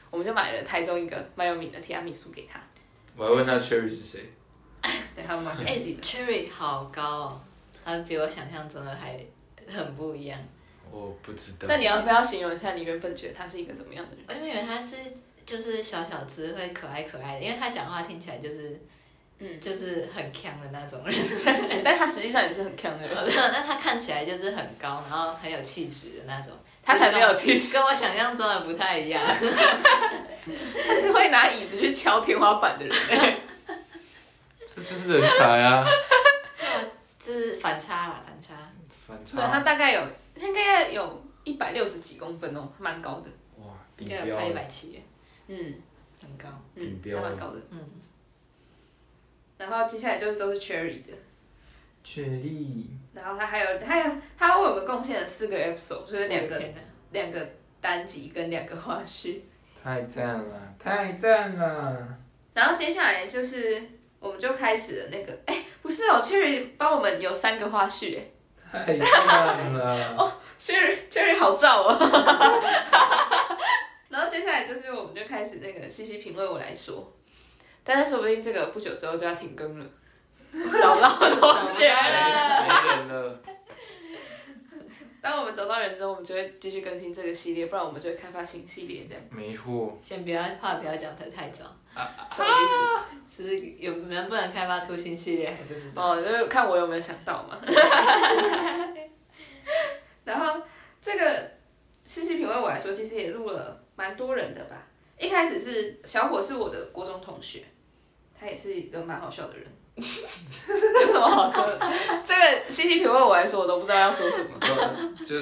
S3: 我们就买了台中一个蛮有名的提拉米苏给他，
S1: 我还问他 Cherry 是谁，
S3: 对，他买
S2: 哎、c h e r r y 好高哦，他比我想象中的还很不一样。
S1: 我不知道。
S3: 那你要不要形容一下你原本觉得他是一个怎么样的人？
S2: 我原本以为他是就是小小只会可爱可爱的，因为他讲话听起来就是，
S3: 嗯
S2: 就是很强的那 种人。
S3: 但他实际上也是很强的人，
S2: 但他看起来就是很高，然后很有气质的那种。
S3: 他才没有气
S2: 质，跟我想象中的不太一样。
S3: 他是会拿椅子去敲天花板的人。
S1: 这就是人才 啊，
S2: 就是反差啦，反差。
S1: 反差。
S3: 对，他大概有，他应该有一百六十几公分哦，蛮高的。
S1: 哇，顶
S2: 应该有
S1: 标
S2: 快一百七，
S3: 嗯
S2: 很高。
S1: 顶
S3: 嗯，
S1: 标
S3: 他蛮高的。
S2: 嗯，
S3: 然后接下来就是都是 Cherry 的，
S1: 确立。
S3: 然后他还有他有他为我们贡献了四个 episode，就是两
S2: 我
S3: 个
S2: 的 天哪
S3: 两个单集跟两个花絮。
S1: 太赞了，太赞了！
S3: 然后接下来就是我们就开始了那个，哎、不是哦，Cherry 帮我们有三个花絮，
S1: 太
S3: 哎
S1: 赞了！
S3: ，Cherry Cherry 好照哦。 然后接下来就是我们就开始那个细细品味我来说，但是说不定这个不久之后就要停更了，找不到同学了。
S1: 没人了，
S3: 当我们找到人之后，我们就会继续更新这个系列，不然我们就会开发新系列，这样
S1: 没错。
S2: 先不要话不要讲得太早，
S3: 什么意思？
S2: 只是有能不能开发出新系列还不知道。
S3: 哦，就是看我有没有想到嘛。 然后这个细细品味我来说，其实也录了蛮多人的吧。一开始是小伙是我的国中同学，他也是一个蛮好笑的人。有什么好说的？这个细细品味我来说，我都不知道要说什么。
S1: 就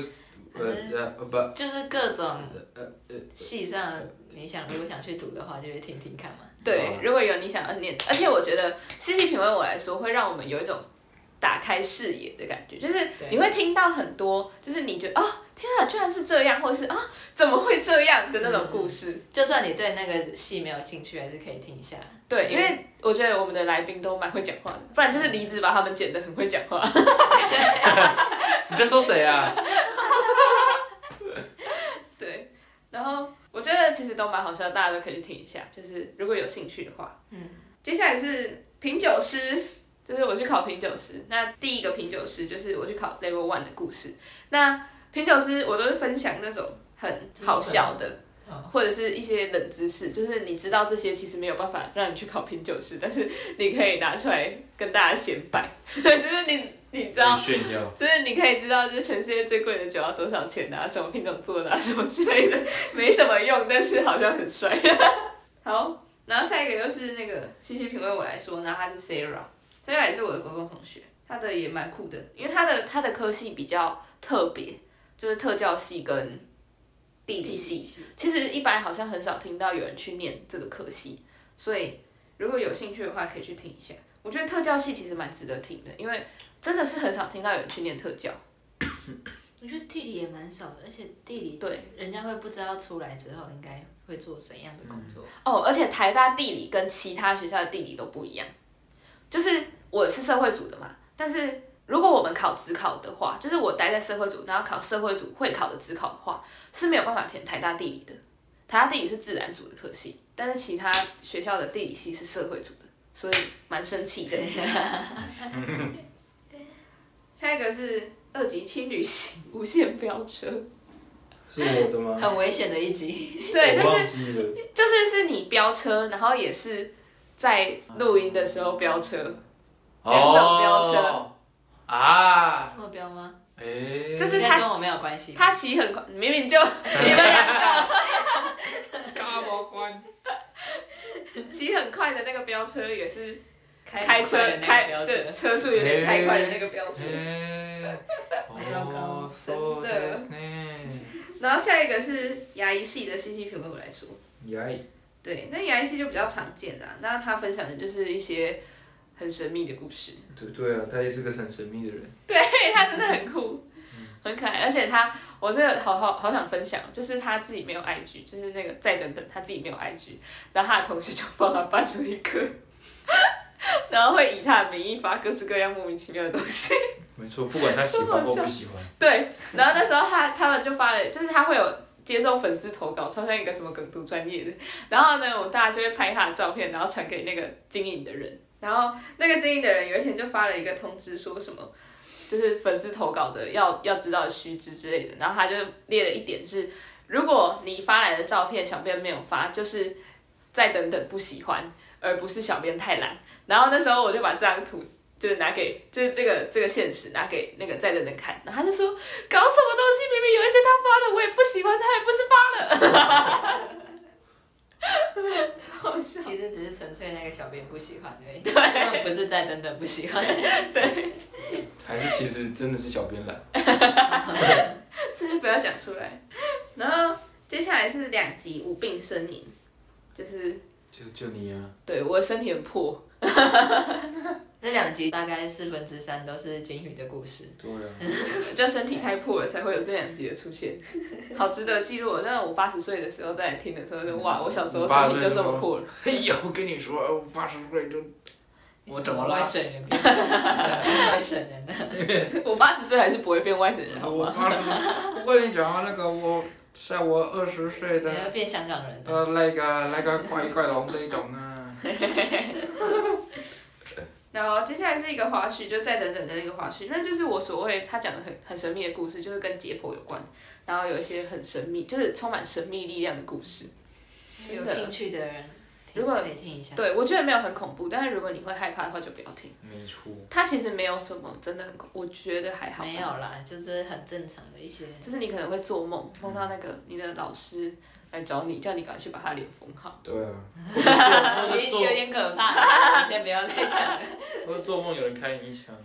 S1: 呃呃呃不
S2: 就是各种
S1: 呃呃，
S2: 系上，你想如果想去读的话，就去听听看嘛。
S3: 对，如果有你想要念，而且我觉得细细品味我来说，会让我们有一种打开视野的感觉，就是
S2: 对
S3: 你会听到很多，就是你觉得哦，天啊，居然是这样，或是啊、怎么会这样的那种故事。
S2: 就算你对那个系没有兴趣，还是可以听一下。
S3: 对，因为我觉得我们的来宾都蛮会讲话的，不然就是离子把他们剪得很会讲话。
S1: 你在说谁啊？
S3: 对，然后我觉得其实都蛮好笑的，大家都可以去听一下，就是如果有兴趣的话。
S2: 嗯，
S3: 接下来是品酒师，就是我去考品酒师。那第一个品酒师就是我去考 Level One 的故事。那品酒师我都是分享那种很好笑的
S2: 哦。
S3: 或者是一些冷知识，就是你知道这些其实没有办法让你去考品酒师，但是你可以拿出来跟大家显摆， 就是你你知道
S1: 在炫耀，
S3: 就是你可以知道，就是全世界最贵的酒要多少钱啊，什么品种做的啊，什么之类的，没什么用，但是好像很帅。 好，然后下一个又是那个细细品味我来说，然后他是 Sarah，Sarah 也是我的高中同学，她的也蛮酷的，因为她的她的科系比较特别，就是特教系跟地理系，其实一般好像很少听到有人去念这个科系，所以如果有兴趣的话，可以去听一下。我觉得特教系其实蛮值得听的，因为真的是很少听到有人去念特教。
S2: 我觉得地理也蛮少的，而且地理
S3: 对
S2: 人家会不知道出来之后应该会做怎样的工作。
S3: 哦，而且台大地理跟其他学校的地理都不一样，就是我是社会组的嘛，但是如果我们考职考的话，就是我待在社会组，然后考社会组会考的职考的话，是没有办法填台大地理的。台大地理是自然组的科系，但是其他学校的地理系是社会组的，所以蛮生气的。 下一个是二级轻旅行无限飙车，
S1: 是我的吗？
S2: 很危险的一集，
S3: 对，就
S1: 我
S3: 是
S1: 忘记了。
S3: 就是是你飙车，然后也是在录音的时候飙车，两种飙车
S1: 哦啊，
S2: 这么标吗？
S1: 哎，
S3: 就是
S2: 应该
S3: 他
S2: 跟我没有关系。
S3: 他骑很快，明明就你们两
S1: 嘎毛关，
S3: 个骑很快的那个飙车也是
S2: 开
S3: 开车开对车速有点太快的那个飙车。
S1: 哎，
S2: 糟糕
S1: 哦，そうですね。
S3: 然后下一个是牙医系的信息评论，我来说，
S1: 耶，
S3: 对，那牙医系就比较常见啦。那他分享的就是一些很神秘的故事，
S1: 对对啊，他也是个很神秘的人。
S3: 对他真的很酷。很可爱。而且他，我这个好好好想分享，就是他自己没有 IG，就是那个再等等，他自己没有 IG，然后他的同事就帮他办了一个， 然后会以他的名义发各式各样莫名其妙的东西。
S1: 没错，不管他喜欢或不喜欢，
S3: 对，然后那时候他他们就发了，就是他会有接受粉丝投稿，超像一个什么梗图专业的。然后呢，我们大家就会拍他的照片，然后传给那个经营的人。然后那个经营的人有一天就发了一个通知，说什么就是粉丝投稿的要要知道的须知之类的。然后他就列了一点是，如果你发来的照片小编没有发，就是再等等不喜欢，而不是小编太懒。然后那时候我就把这张图。就是拿给，就是这个这个现实拿给那个在等等看，然后他就说搞什么东西，明明有一些他发的我也不喜欢，他也不是 发了，超好笑。
S2: 其实只是纯粹那个小编不喜欢而已，
S3: 对
S2: 他们不是在等等不喜欢，
S1: 还是其实真的是小编懒。
S3: 这就不要讲出来。然后接下来是两集无病呻吟，就是
S1: 就就你啊，
S3: 对我的身体很破，
S2: 那两集大概四分之三都是金鱼的故事。
S1: 对啊，
S3: 就身体太破了才会有这两集的出现，好值得记录哦。那我八十岁的时候再来听的时候就哇，我小时候身体就这么破了。
S1: 哎呀，我跟你说，我八十岁就我怎么了
S2: 外？省 人变成外省人的？
S3: 我八十岁还是不会变外省人好
S1: 我
S3: 吗？
S1: 八十，我跟你讲啊，那个我在我二十岁
S2: 你要
S1: 的
S2: 变香港人的？
S1: 呃那个那个怪怪龙那种啊，
S3: 然后接下来是一个花絮，就再等等的那个花絮，那就是我所谓他讲的很很神秘的故事，就是跟解剖有关，然后有一些很神秘，就是充满神秘力量的故事。
S2: 有兴趣的人，听
S3: 如果
S2: 可以听一下。
S3: 对我觉得没有很恐怖，但是如果你会害怕的话就不要听。
S1: 没错，
S3: 它其实没有什么真的很恐，我觉得还好。
S2: 没有啦，就是很正常的一些。
S3: 就是你可能会做梦，梦到那个你的老师来找你，叫你赶快去把他的脸缝好。
S1: 对啊，或是
S2: 有
S1: 做
S2: 有点可 怕，先不要再讲 了。
S1: 或是做梦有人开你一枪，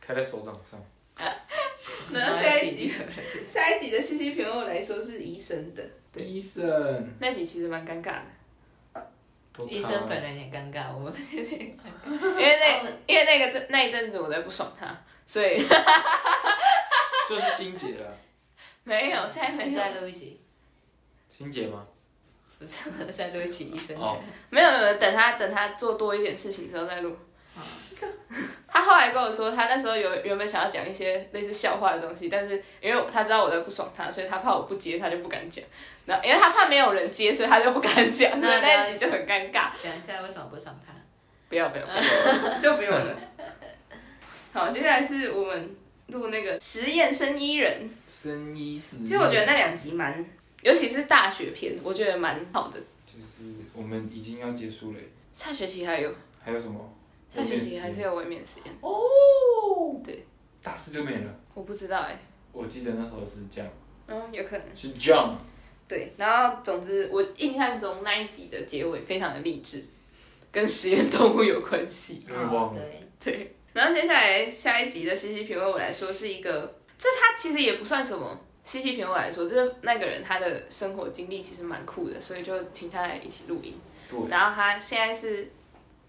S1: 开在手掌上，
S3: 嗯那下一 集，
S2: 集，
S3: 下一集的信息评论来说是医生的，对
S1: 医生，
S3: 那集其实蛮尴尬的，
S1: 都
S2: 医
S1: 他
S2: 生本人也尴尬，我们
S3: 因为 那因为那个阵那一阵子我在不爽他，所以
S1: 就是心结啊了，
S3: 没有现在没有
S2: 再录一集，
S1: 心结吗？
S2: 不是 再录一集医生
S1: 哦
S2: 的。
S3: 没有没有等他等他做多一点事情之后再录。他后来跟我说，他那时候有原本想要讲一些类似笑话的东西，但是因为他知道我在不爽他，所以他怕我不接，他就不敢讲。然后因为他怕没有人接，所以他就不敢讲，所以那一集就很尴尬。
S2: 讲一下为什么不爽他？
S3: 不要不要，不要 就不用了。好，接下来是我们录那个实验生医人，
S1: 嗯生医是，
S3: 其实我觉得那两集蛮，尤其是大学篇，我觉得蛮好的。
S1: 就是我们已经要结束了耶，
S3: 下学期还有，
S1: 还有什么？
S3: 下学期还是有微面实验，
S1: 哦，
S3: 对，
S1: 大四就没了。
S3: 我不知道哎、
S1: 我记得那时候是这样，
S3: 嗯，有可能。
S1: 是 John，
S3: 对，然后总之我印象中那一集的结尾非常的励志，跟实验动物有关系。
S1: 因为忘了，
S2: 哦对，
S3: 对，然后接下来下一集的西西评论，我来说是一个，就他其实也不算什么。西西评论来说，就是那个人他的生活经历其实蛮酷的，所以就请他来一起录音。
S1: 对，
S3: 然后他现在是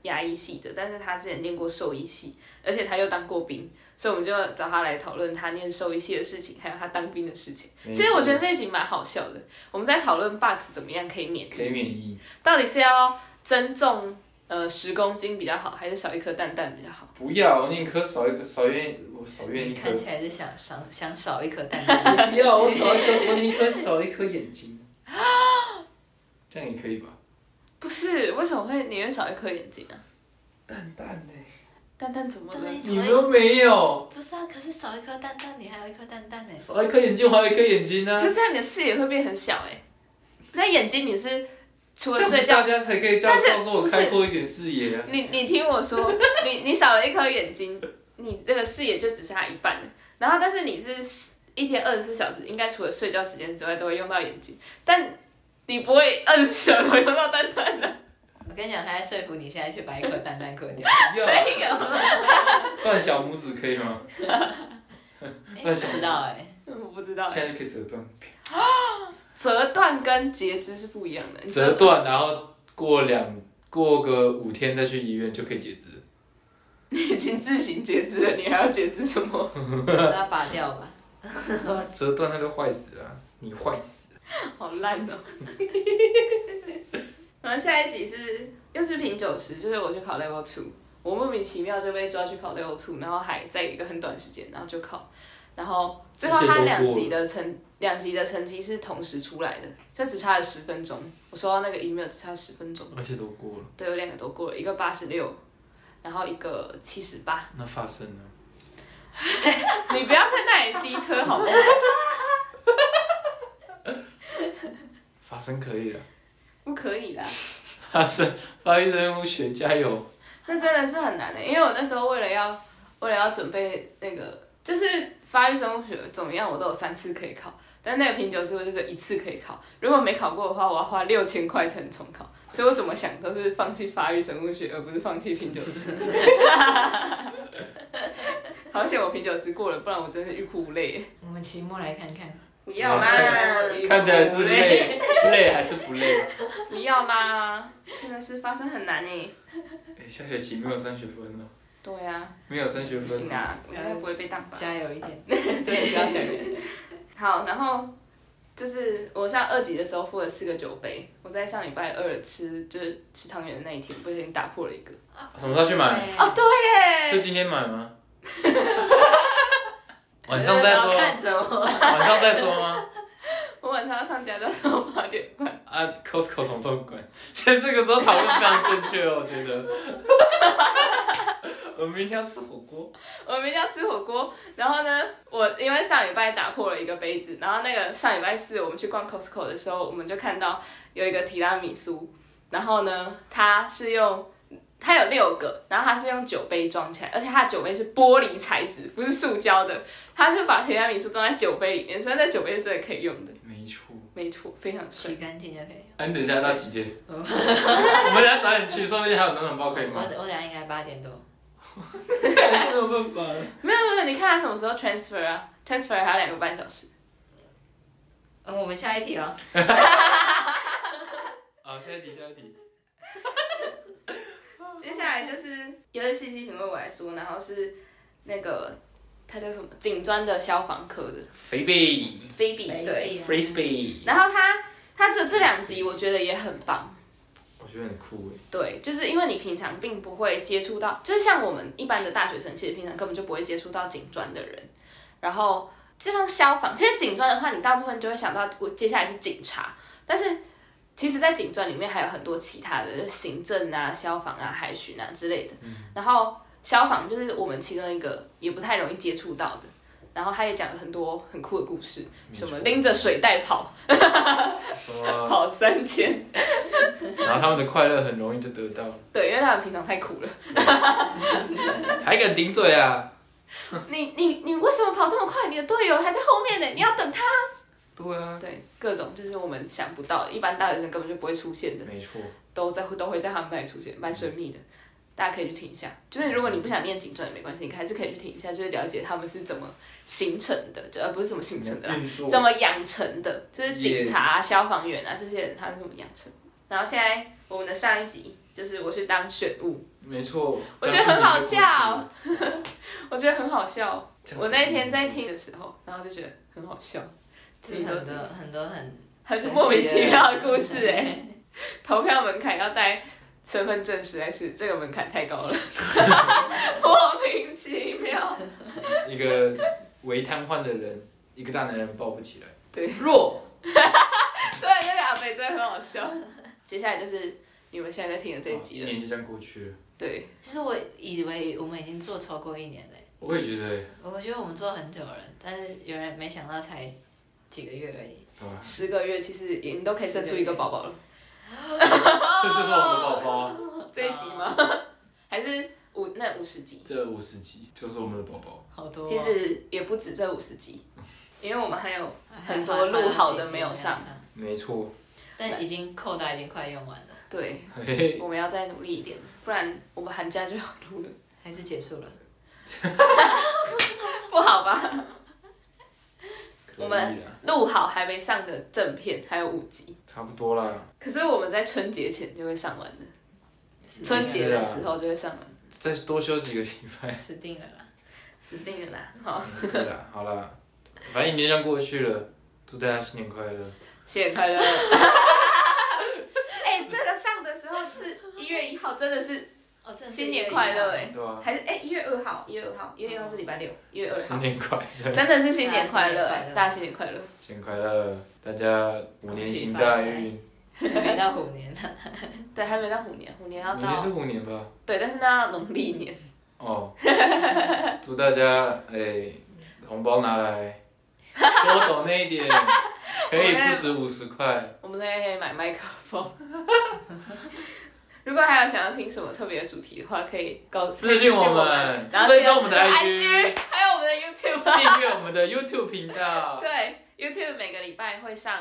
S3: 牙医系的，但是他之前念过兽医系，而且他又当过兵，所以我们就找他来讨论他念兽医系的事情，还有他当兵的事情。
S1: 没
S3: 其实我觉得这一集蛮好笑的，我们在讨论 box 怎么样可以免疫
S1: 可以免疫，
S3: 到底是要增重呃十公斤比较好，还是少一颗蛋蛋比较好？
S1: 不要，我宁可少一个，少愿我少愿
S2: 你
S1: 一颗，
S2: 看，起来是想想想少一颗蛋
S1: 不要，我少一颗，我宁可少一颗眼睛，这样也可以吧？
S3: 不是，为什么会你会少一颗眼睛啊？
S1: 蛋蛋呢？
S3: 蛋蛋怎么了
S2: 蛋？蛋
S1: 你们都没有，
S2: 哎不是啊？可是少一颗蛋蛋，你还有一颗蛋蛋呢。
S1: 少一颗眼睛，我还有一颗眼睛啊呢
S3: 可。是这样你的视野会变很小哎、那眼睛你是除了
S1: 这样
S3: 睡
S1: 子
S3: 觉
S1: 大，家才可以叫
S3: 但是
S1: 告诉我
S3: 不是
S1: 开阔一点视野啊。
S3: 你你听我说，你你少了一颗眼睛，你这个视野就只剩下一半了。然后但是你是一天二十四小时，应该除了睡觉时间之外都会用到眼睛，但你不会二十四小时都用到蛋蛋的。
S2: 我跟你讲，他在说服你现在去把一颗蛋蛋割 掉。
S1: 不要，
S3: 没有，
S1: 断小拇指可以 吗？
S2: 哎，
S1: 那
S2: 不
S1: 想
S2: 知道哎、
S3: 我不知道、欸。
S1: 现在就可以折断，
S3: 折断跟截肢是不一样的。你
S1: 折断，然后过两过个五天再去医院就可以截肢。
S3: 你已经自行截肢了，你还要截肢什么？
S2: 把它拔掉吧。
S1: 折断它就坏死了啊，你坏死了。
S3: 好烂哦、 然后下一集是又是品酒师，就是我去考 level two，我莫名其妙就被抓去考 level two，然后还在一个很短时间，然后就考，然后最后
S1: 而且都
S3: 他
S1: 过
S3: 两级的成两级的成绩是同时出来的，就只差了十分钟。我收到那个 email 只差十分钟，
S1: 而且都过了，
S3: 对，有两个都过了，一个八十六，然后一个七十八。
S1: 那发生了。
S3: 你不要在那里机车好吗？
S1: 发生可以了，
S3: 不可以啦。
S1: 发生发育生物学加油！
S3: 那真的是很难的、因为我那时候为了要为了要准备那个，就是发育生物学怎么样，我都有三次可以考，但那个品酒师我就是一次可以考，如果没考过的话，我要花六千块才能重考，所以我怎么想都是放弃发育生物学，而不是放弃品酒师。 好险我品酒师过了，不然我真是欲哭无泪。
S2: 我们期末来看看，
S3: 不
S1: 要啦
S3: 欲哭无泪
S1: 看起来是累，累还是不 累？
S3: 不要啦，真的是发生很难诶。
S1: 哎、下学期没有三学分了，
S3: 对啊，
S1: 没有三学
S3: 不
S1: 分
S3: 行
S1: 了。
S3: 啊，我应该不会被当吧？
S2: 加油一点。
S3: 真的不要讲。 好，然后就是我上二级的时候付了四个酒杯，我在上礼拜二吃就是吃汤圆的那一天，不小心打破了一个。
S1: 什么时候去
S3: 哎
S1: 买？
S2: 哦，
S1: 是
S3: 对，
S1: 今天买 吗？晚上
S3: 哦
S1: 再说，
S2: 看着我，
S1: 晚上再说吗？
S3: 我晚上要上家教时候八点半。
S1: 啊，Costco 什么都管，所以这个时候讨论非常正确哦，我觉 得。我们明天要吃火锅，
S3: 我们要吃火锅，然后呢，我因为上礼拜打破了一个杯子，然后那个上礼拜四我们去逛 Costco 的时候，我们就看到有一个提拉米苏，然后呢，它是用它有六个，然后它是用酒杯装起来，而且它的酒杯是玻璃材质，不是塑胶的，它就把提拉米苏装在酒杯里面，所以那酒杯是真的可以用的，
S1: 没错。
S3: 没错，非常帅
S2: 洗。干净就可以。
S1: 哎、你等一下到几点？ 我们等一下早点去，说不定还有暖暖包可以
S2: 我
S1: 买。
S2: 我等下应该八点多。
S1: 哦没有办法。
S3: 没有没有没有，你看它什么时候 transfer 啊？transfer 还有两个半小时。
S2: 嗯，我们下一题哦。
S1: 好，下一题，下一题。
S3: 接下来就是有点细细品味我来说，然后是那个他叫什么警专的消防科的
S1: 肥贝
S3: Phoebe 对，
S1: ，Frisbee，
S3: 然后他他这这两集我觉得也很棒，
S1: 我觉得很酷哎。
S3: 对，就是因为你平常并不会接触到，就是像我们一般的大学生，其实平常根本就不会接触到警专的人，然后就像消防，其实警专的话，你大部分就会想到我接下来是警察，但是。其实，在警专里面还有很多其他的，就是行政啊、消防啊、海巡啊之类的。然后消防就是我们其中一个也不太容易接触到的。然后他也讲了很多很酷的故事，什么拎着水袋跑
S1: 什么？
S3: 跑三千，
S1: 然后他们的快乐很容易就得到，
S3: 对，因为他们平常太苦了。
S1: 还敢顶嘴啊？
S3: 你你你为什么跑这么快？你的队友还在后面呢，你要等他。
S1: 对啊，
S3: 对，各种就是我们想不到，一般大学生根本就不会出现的，
S1: 没错。
S3: 都在都会在他们那里出现，蛮神秘的。大家可以去听一下，就是如果你不想念警专也没关系，你还是可以去听一下，就是了解他们是怎么形成的，就呃而不是怎么形成的啦，
S1: 运作
S3: 怎么养成的，就是警察、啊、消防员啊这些人他是怎么养成的。然后现在我们的上一集就是我去当选物，
S1: 没错，
S3: 我觉得很好笑。我觉得很好笑，
S1: 这样子
S3: 我那天在听的时候，然后就觉得很好笑，
S2: 这是很多很多很
S3: 很莫名其妙的故事哎、 投票门槛要带身份证，实在是这个门槛太高 了，莫名其妙。
S1: 一个微瘫痪的人，一个大男人抱不起来，
S2: 弱。
S3: 对，那个阿北真的很好笑。接下来就是你们现在在听的这一集
S1: 啊一
S3: 了，
S1: 年就这样过去了。
S3: 对，
S2: 其实我以为我们已经做超过一年嘞，
S1: 我也觉得，
S2: 我觉得我们做很久了，但是原来没想到才几个月而已。
S1: 对吧？
S3: 十个月其实已经都可以生出一个宝宝了。哦
S1: 这就是我们的宝宝，
S3: 这一集吗？ 还是五那五十集？
S1: 这五十集就是我们的宝宝。
S2: 好多哦、
S3: 其实也不止这五十集，因为我们还有很多录好的没有上，
S1: 没错，
S2: 但已经扣打已经快用完了，
S3: 对
S1: 嘿嘿，
S3: 我们要再努力一点，不然我们寒假就要录了，
S2: 还是结束了。
S3: 不好吧？
S1: 可以
S3: 我们
S1: 啦
S3: 录好还没上的正片还有五集，
S1: 差不多啦。
S3: 可是我们在春节前就会上完的，
S2: 死定了
S3: 春节的时候就会上完，
S1: 再多休几个礼拜。
S2: 死定了啦！
S3: 死定了啦！好，
S1: 是啦，好啦，反正已经这样过去了，祝大家新年快乐。
S3: 新年快乐！ 哎、这个上的时候是一月一号，真的是
S2: 哦，真的是
S3: 新年快乐
S2: 一
S3: 哎、
S1: 对啊，
S3: 还是哎一、月二号，一月二号，一月一号是礼拜六，一月二
S1: 新
S3: 号，
S1: 年快乐，
S3: 真的是新年快乐哎、大
S2: 大
S3: 家新年快乐！
S1: 新年快乐，大家虎年行大运。
S2: 样还没到虎 年呢，
S3: 对，还没到虎年，虎年要
S1: 明年
S3: 到
S1: 是虎年吧？
S3: 对，但是那要农历年，
S1: 哦，祝大家哎，红包拿来，多抖那一点， 可以不止五十块。
S3: 我们在买麦克风。如果还有想要听什么特别的主题的话，可以告诉
S1: 私信
S3: 私
S1: 我
S3: 我
S1: 们，
S3: 然后
S1: 追踪我
S3: 记
S1: 们
S3: 得
S1: 的
S3: 追踪
S1: IG，
S3: 还有我们 的 YouTube。
S1: 订阅我们的 YouTube 频道。
S3: 对，YouTube 每个礼拜会上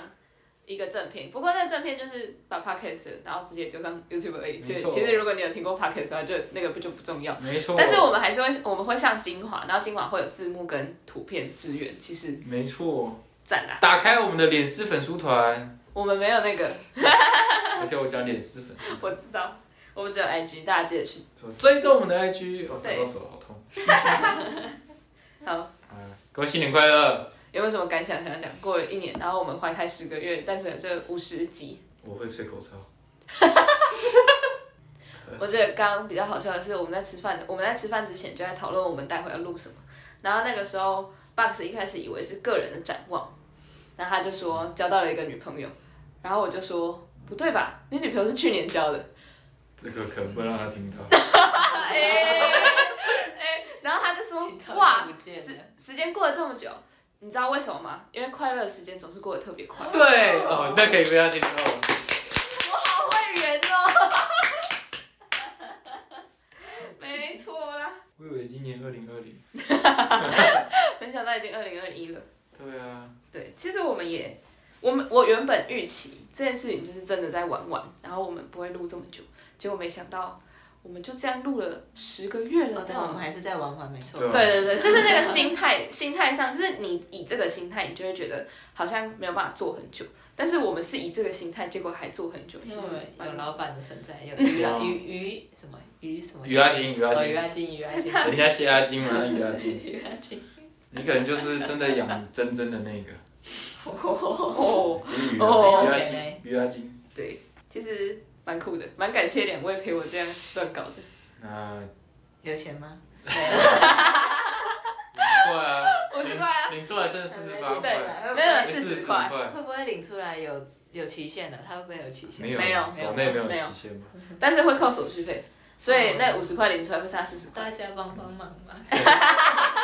S3: 一个正片，不过那个正片就是把 Podcast 然后直接丢上 YouTube 而已。其
S1: 没
S3: 实
S1: 错
S3: 其实如果你有听过 Podcast 的话，就那个不就不重要。
S1: 没错，
S3: 但是我们还是会，我们会上精华，然后精华会有字幕跟图片支援，其实
S1: 没错，
S3: 赞啦。
S1: 打开我们的脸丝粉书团，
S3: 我们没有那个，
S1: 而且我讲脸丝粉书
S3: 我知道，我们只有 IG，大家记得去。
S1: 团，追踪我们的 IG，哦，打
S3: 对
S1: 到手好痛。
S3: 好，
S1: 嗯，各位新年快乐！
S3: 有没有什么感想想讲？过了一年，然后我们怀胎十个月，但是这五十集
S1: 我会吹口哨，
S3: 我觉得刚刚比较好笑的是，我们在吃饭的，我们在吃饭之前就在讨论我们待会要录什么。然后那个时候，Box 一开始以为是个人的展望，然后他就说交到了一个女朋友，然后我就说不对吧，你女朋友是去年交的。
S1: 这个可不能让他听到。
S3: 哎然后他 就说
S2: 听到就
S3: 哇
S2: 不，见了
S3: 时时间过了这么久，你知道为什么吗？因为快乐的时间总是过得特别快。
S1: 对，哦，那可以被他听到。
S3: 好会圆哦， 没错啦，
S1: 我以为今年二零二零。
S3: 没想到已经二零二一了。
S1: 对啊，
S3: 对，其实我们也，我们我原本预期这件事情就是真的在玩玩，然后我们不会录这么久，结果没想到我们就这样录了十个月了
S2: 哦，
S3: 呢。
S2: 但我们还是在玩玩，没错
S1: 对。
S3: 对啊对对，就是那个心态，心态上就是你以这个心态，你就会觉得好像没有办法做很久。但是我们是以这个心态，结果还做很久，其
S2: 因
S3: 实
S2: 为我们
S3: 蛮
S2: 有老板的存在，有鱼啊
S1: 嗯
S2: 鱼鱼什么鱼什么
S1: 鱼阿金，鱼阿
S2: 哦
S1: 金
S2: 鱼，阿金鱼阿金
S1: 人家谢阿金嘛，鱼阿金，
S2: 鱼阿金，
S1: 你可能就是真的养真正的那个
S3: 哦，
S1: 金鱼
S3: 哦
S1: 啊，鱼阿
S2: 没有钱
S1: 金，
S2: 欸
S1: 鱼阿金。
S3: 对，其实蛮酷的，蛮感谢两位陪我这样乱搞的。
S1: 那
S2: 有钱吗？
S1: 对啊，
S3: 五十块啊，
S1: 领出来剩四十八块，
S2: 对
S3: 没有
S1: 哎
S3: 40
S1: 40
S3: 块
S1: 块，
S2: 会不会领出来有有期限的？他会不会有期限？
S1: 没有，
S3: 没有
S1: 岛内没有
S3: 没有
S1: 期限嘛。
S3: 但是会扣手续费，所以那五十块领出来会差四十块。
S2: 大家帮帮忙吧。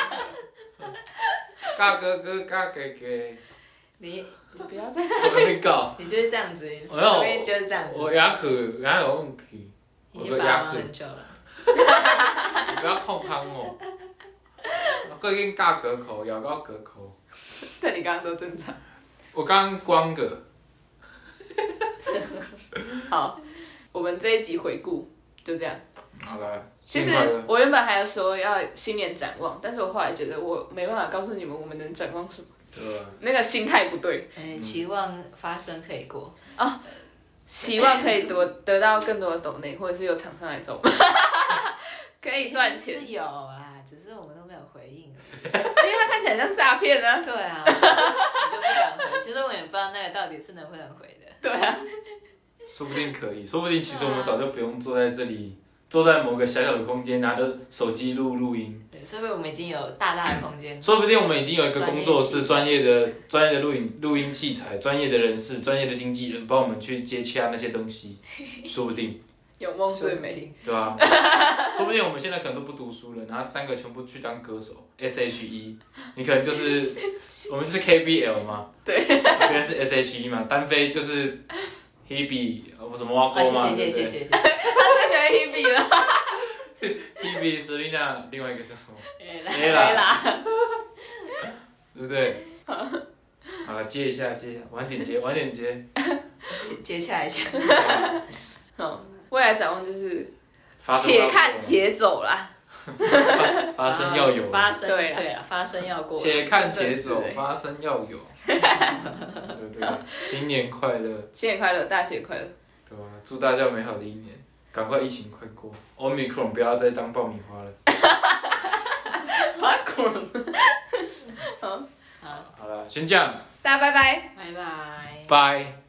S1: 嘎哥哥，嘎哥哥，
S2: 你
S3: 你不要再
S1: 我没 搞，
S2: 你就是这样子，你
S1: 我要
S2: 所以就是这样子。
S1: 我牙口牙有问题，
S2: 已
S1: 我
S2: 经
S1: 的
S2: 把
S1: 牙
S2: 玩
S1: 口
S2: 很久了。
S1: 不要控康哦。最近尬隔口，咬到隔口。
S3: 但你刚刚都正常。
S1: 我刚刚光个，
S3: 好，我们这一集回顾就这样。
S1: 好了，
S3: 其
S1: 新
S3: 实
S1: 年快乐。
S3: 我原本还有说要新年展望，但是我后来觉得我没办法告诉你们我们能展望什么，
S1: 对吧？
S3: 那个心态不对，
S2: 哎，期望发生可以过。
S3: 希望可以多得到更多的抖内，或者是有厂商来找我们， 可以赚钱，
S2: 是有啊，只是我们都没有回应而已。
S3: 因为它看起来像诈骗啊。
S2: 对啊，我就不敢回。其实我也不知道那个到底是能不能回的。
S3: 对啊，
S1: 说不定可以，说不定其实我们早就不用坐在这
S2: 啊
S1: 里，坐在某个小小的空间，拿着手机录录音。
S2: 对，所以我们已经有大大的空 间。
S1: 说不定我们已经有一个
S2: 专业
S1: 工作室，
S2: 器材
S1: 专业的、专业的录影、录音器材，专业的人士、专业的经纪人，帮我们去接洽那些东西。说不定，
S3: 有梦最美。
S1: 对吧、说不定我们现在可能都不读书了，然后三个全部去当歌手，SHE，你可能就是
S2: E
S1: 我们就是 KBL 嘛，
S3: 对，
S1: 别人是 SHE 嘛，单飞就是 Hebe，呃不什么挖
S2: 啊，
S1: 沟嘛，对
S2: 谢谢
S1: 不
S2: 谢
S1: 对
S2: 谢谢谢谢谢。
S3: 他最喜欢 Hebe 了。
S1: ？Hebe、Selina，另外一个叫什么？
S2: 哎
S1: 没
S2: 来
S1: 啦
S3: 对啦，
S1: 对不对？好了，接一下，接一下，晚点接，晚点接。
S2: 接接洽一下。
S3: 嗯，未来展望就是
S1: 发生要
S3: 且
S1: 有
S3: 看且走啦。
S1: 发生要有，
S2: 发生
S3: 对啊
S2: 对啊，发生要过。
S1: 且看且
S3: 真
S1: 走
S3: 的是欸，
S1: 发生要 有。对不对？新年快乐，
S3: 新年快乐，大学快乐。
S1: 对吧？祝大家美好的一年，赶快疫情快过，Omicron 不要再当爆米花了。
S3: Popcorn。好，
S2: 好了，先这样，
S1: 大家拜拜。
S3: 拜拜。
S2: 拜。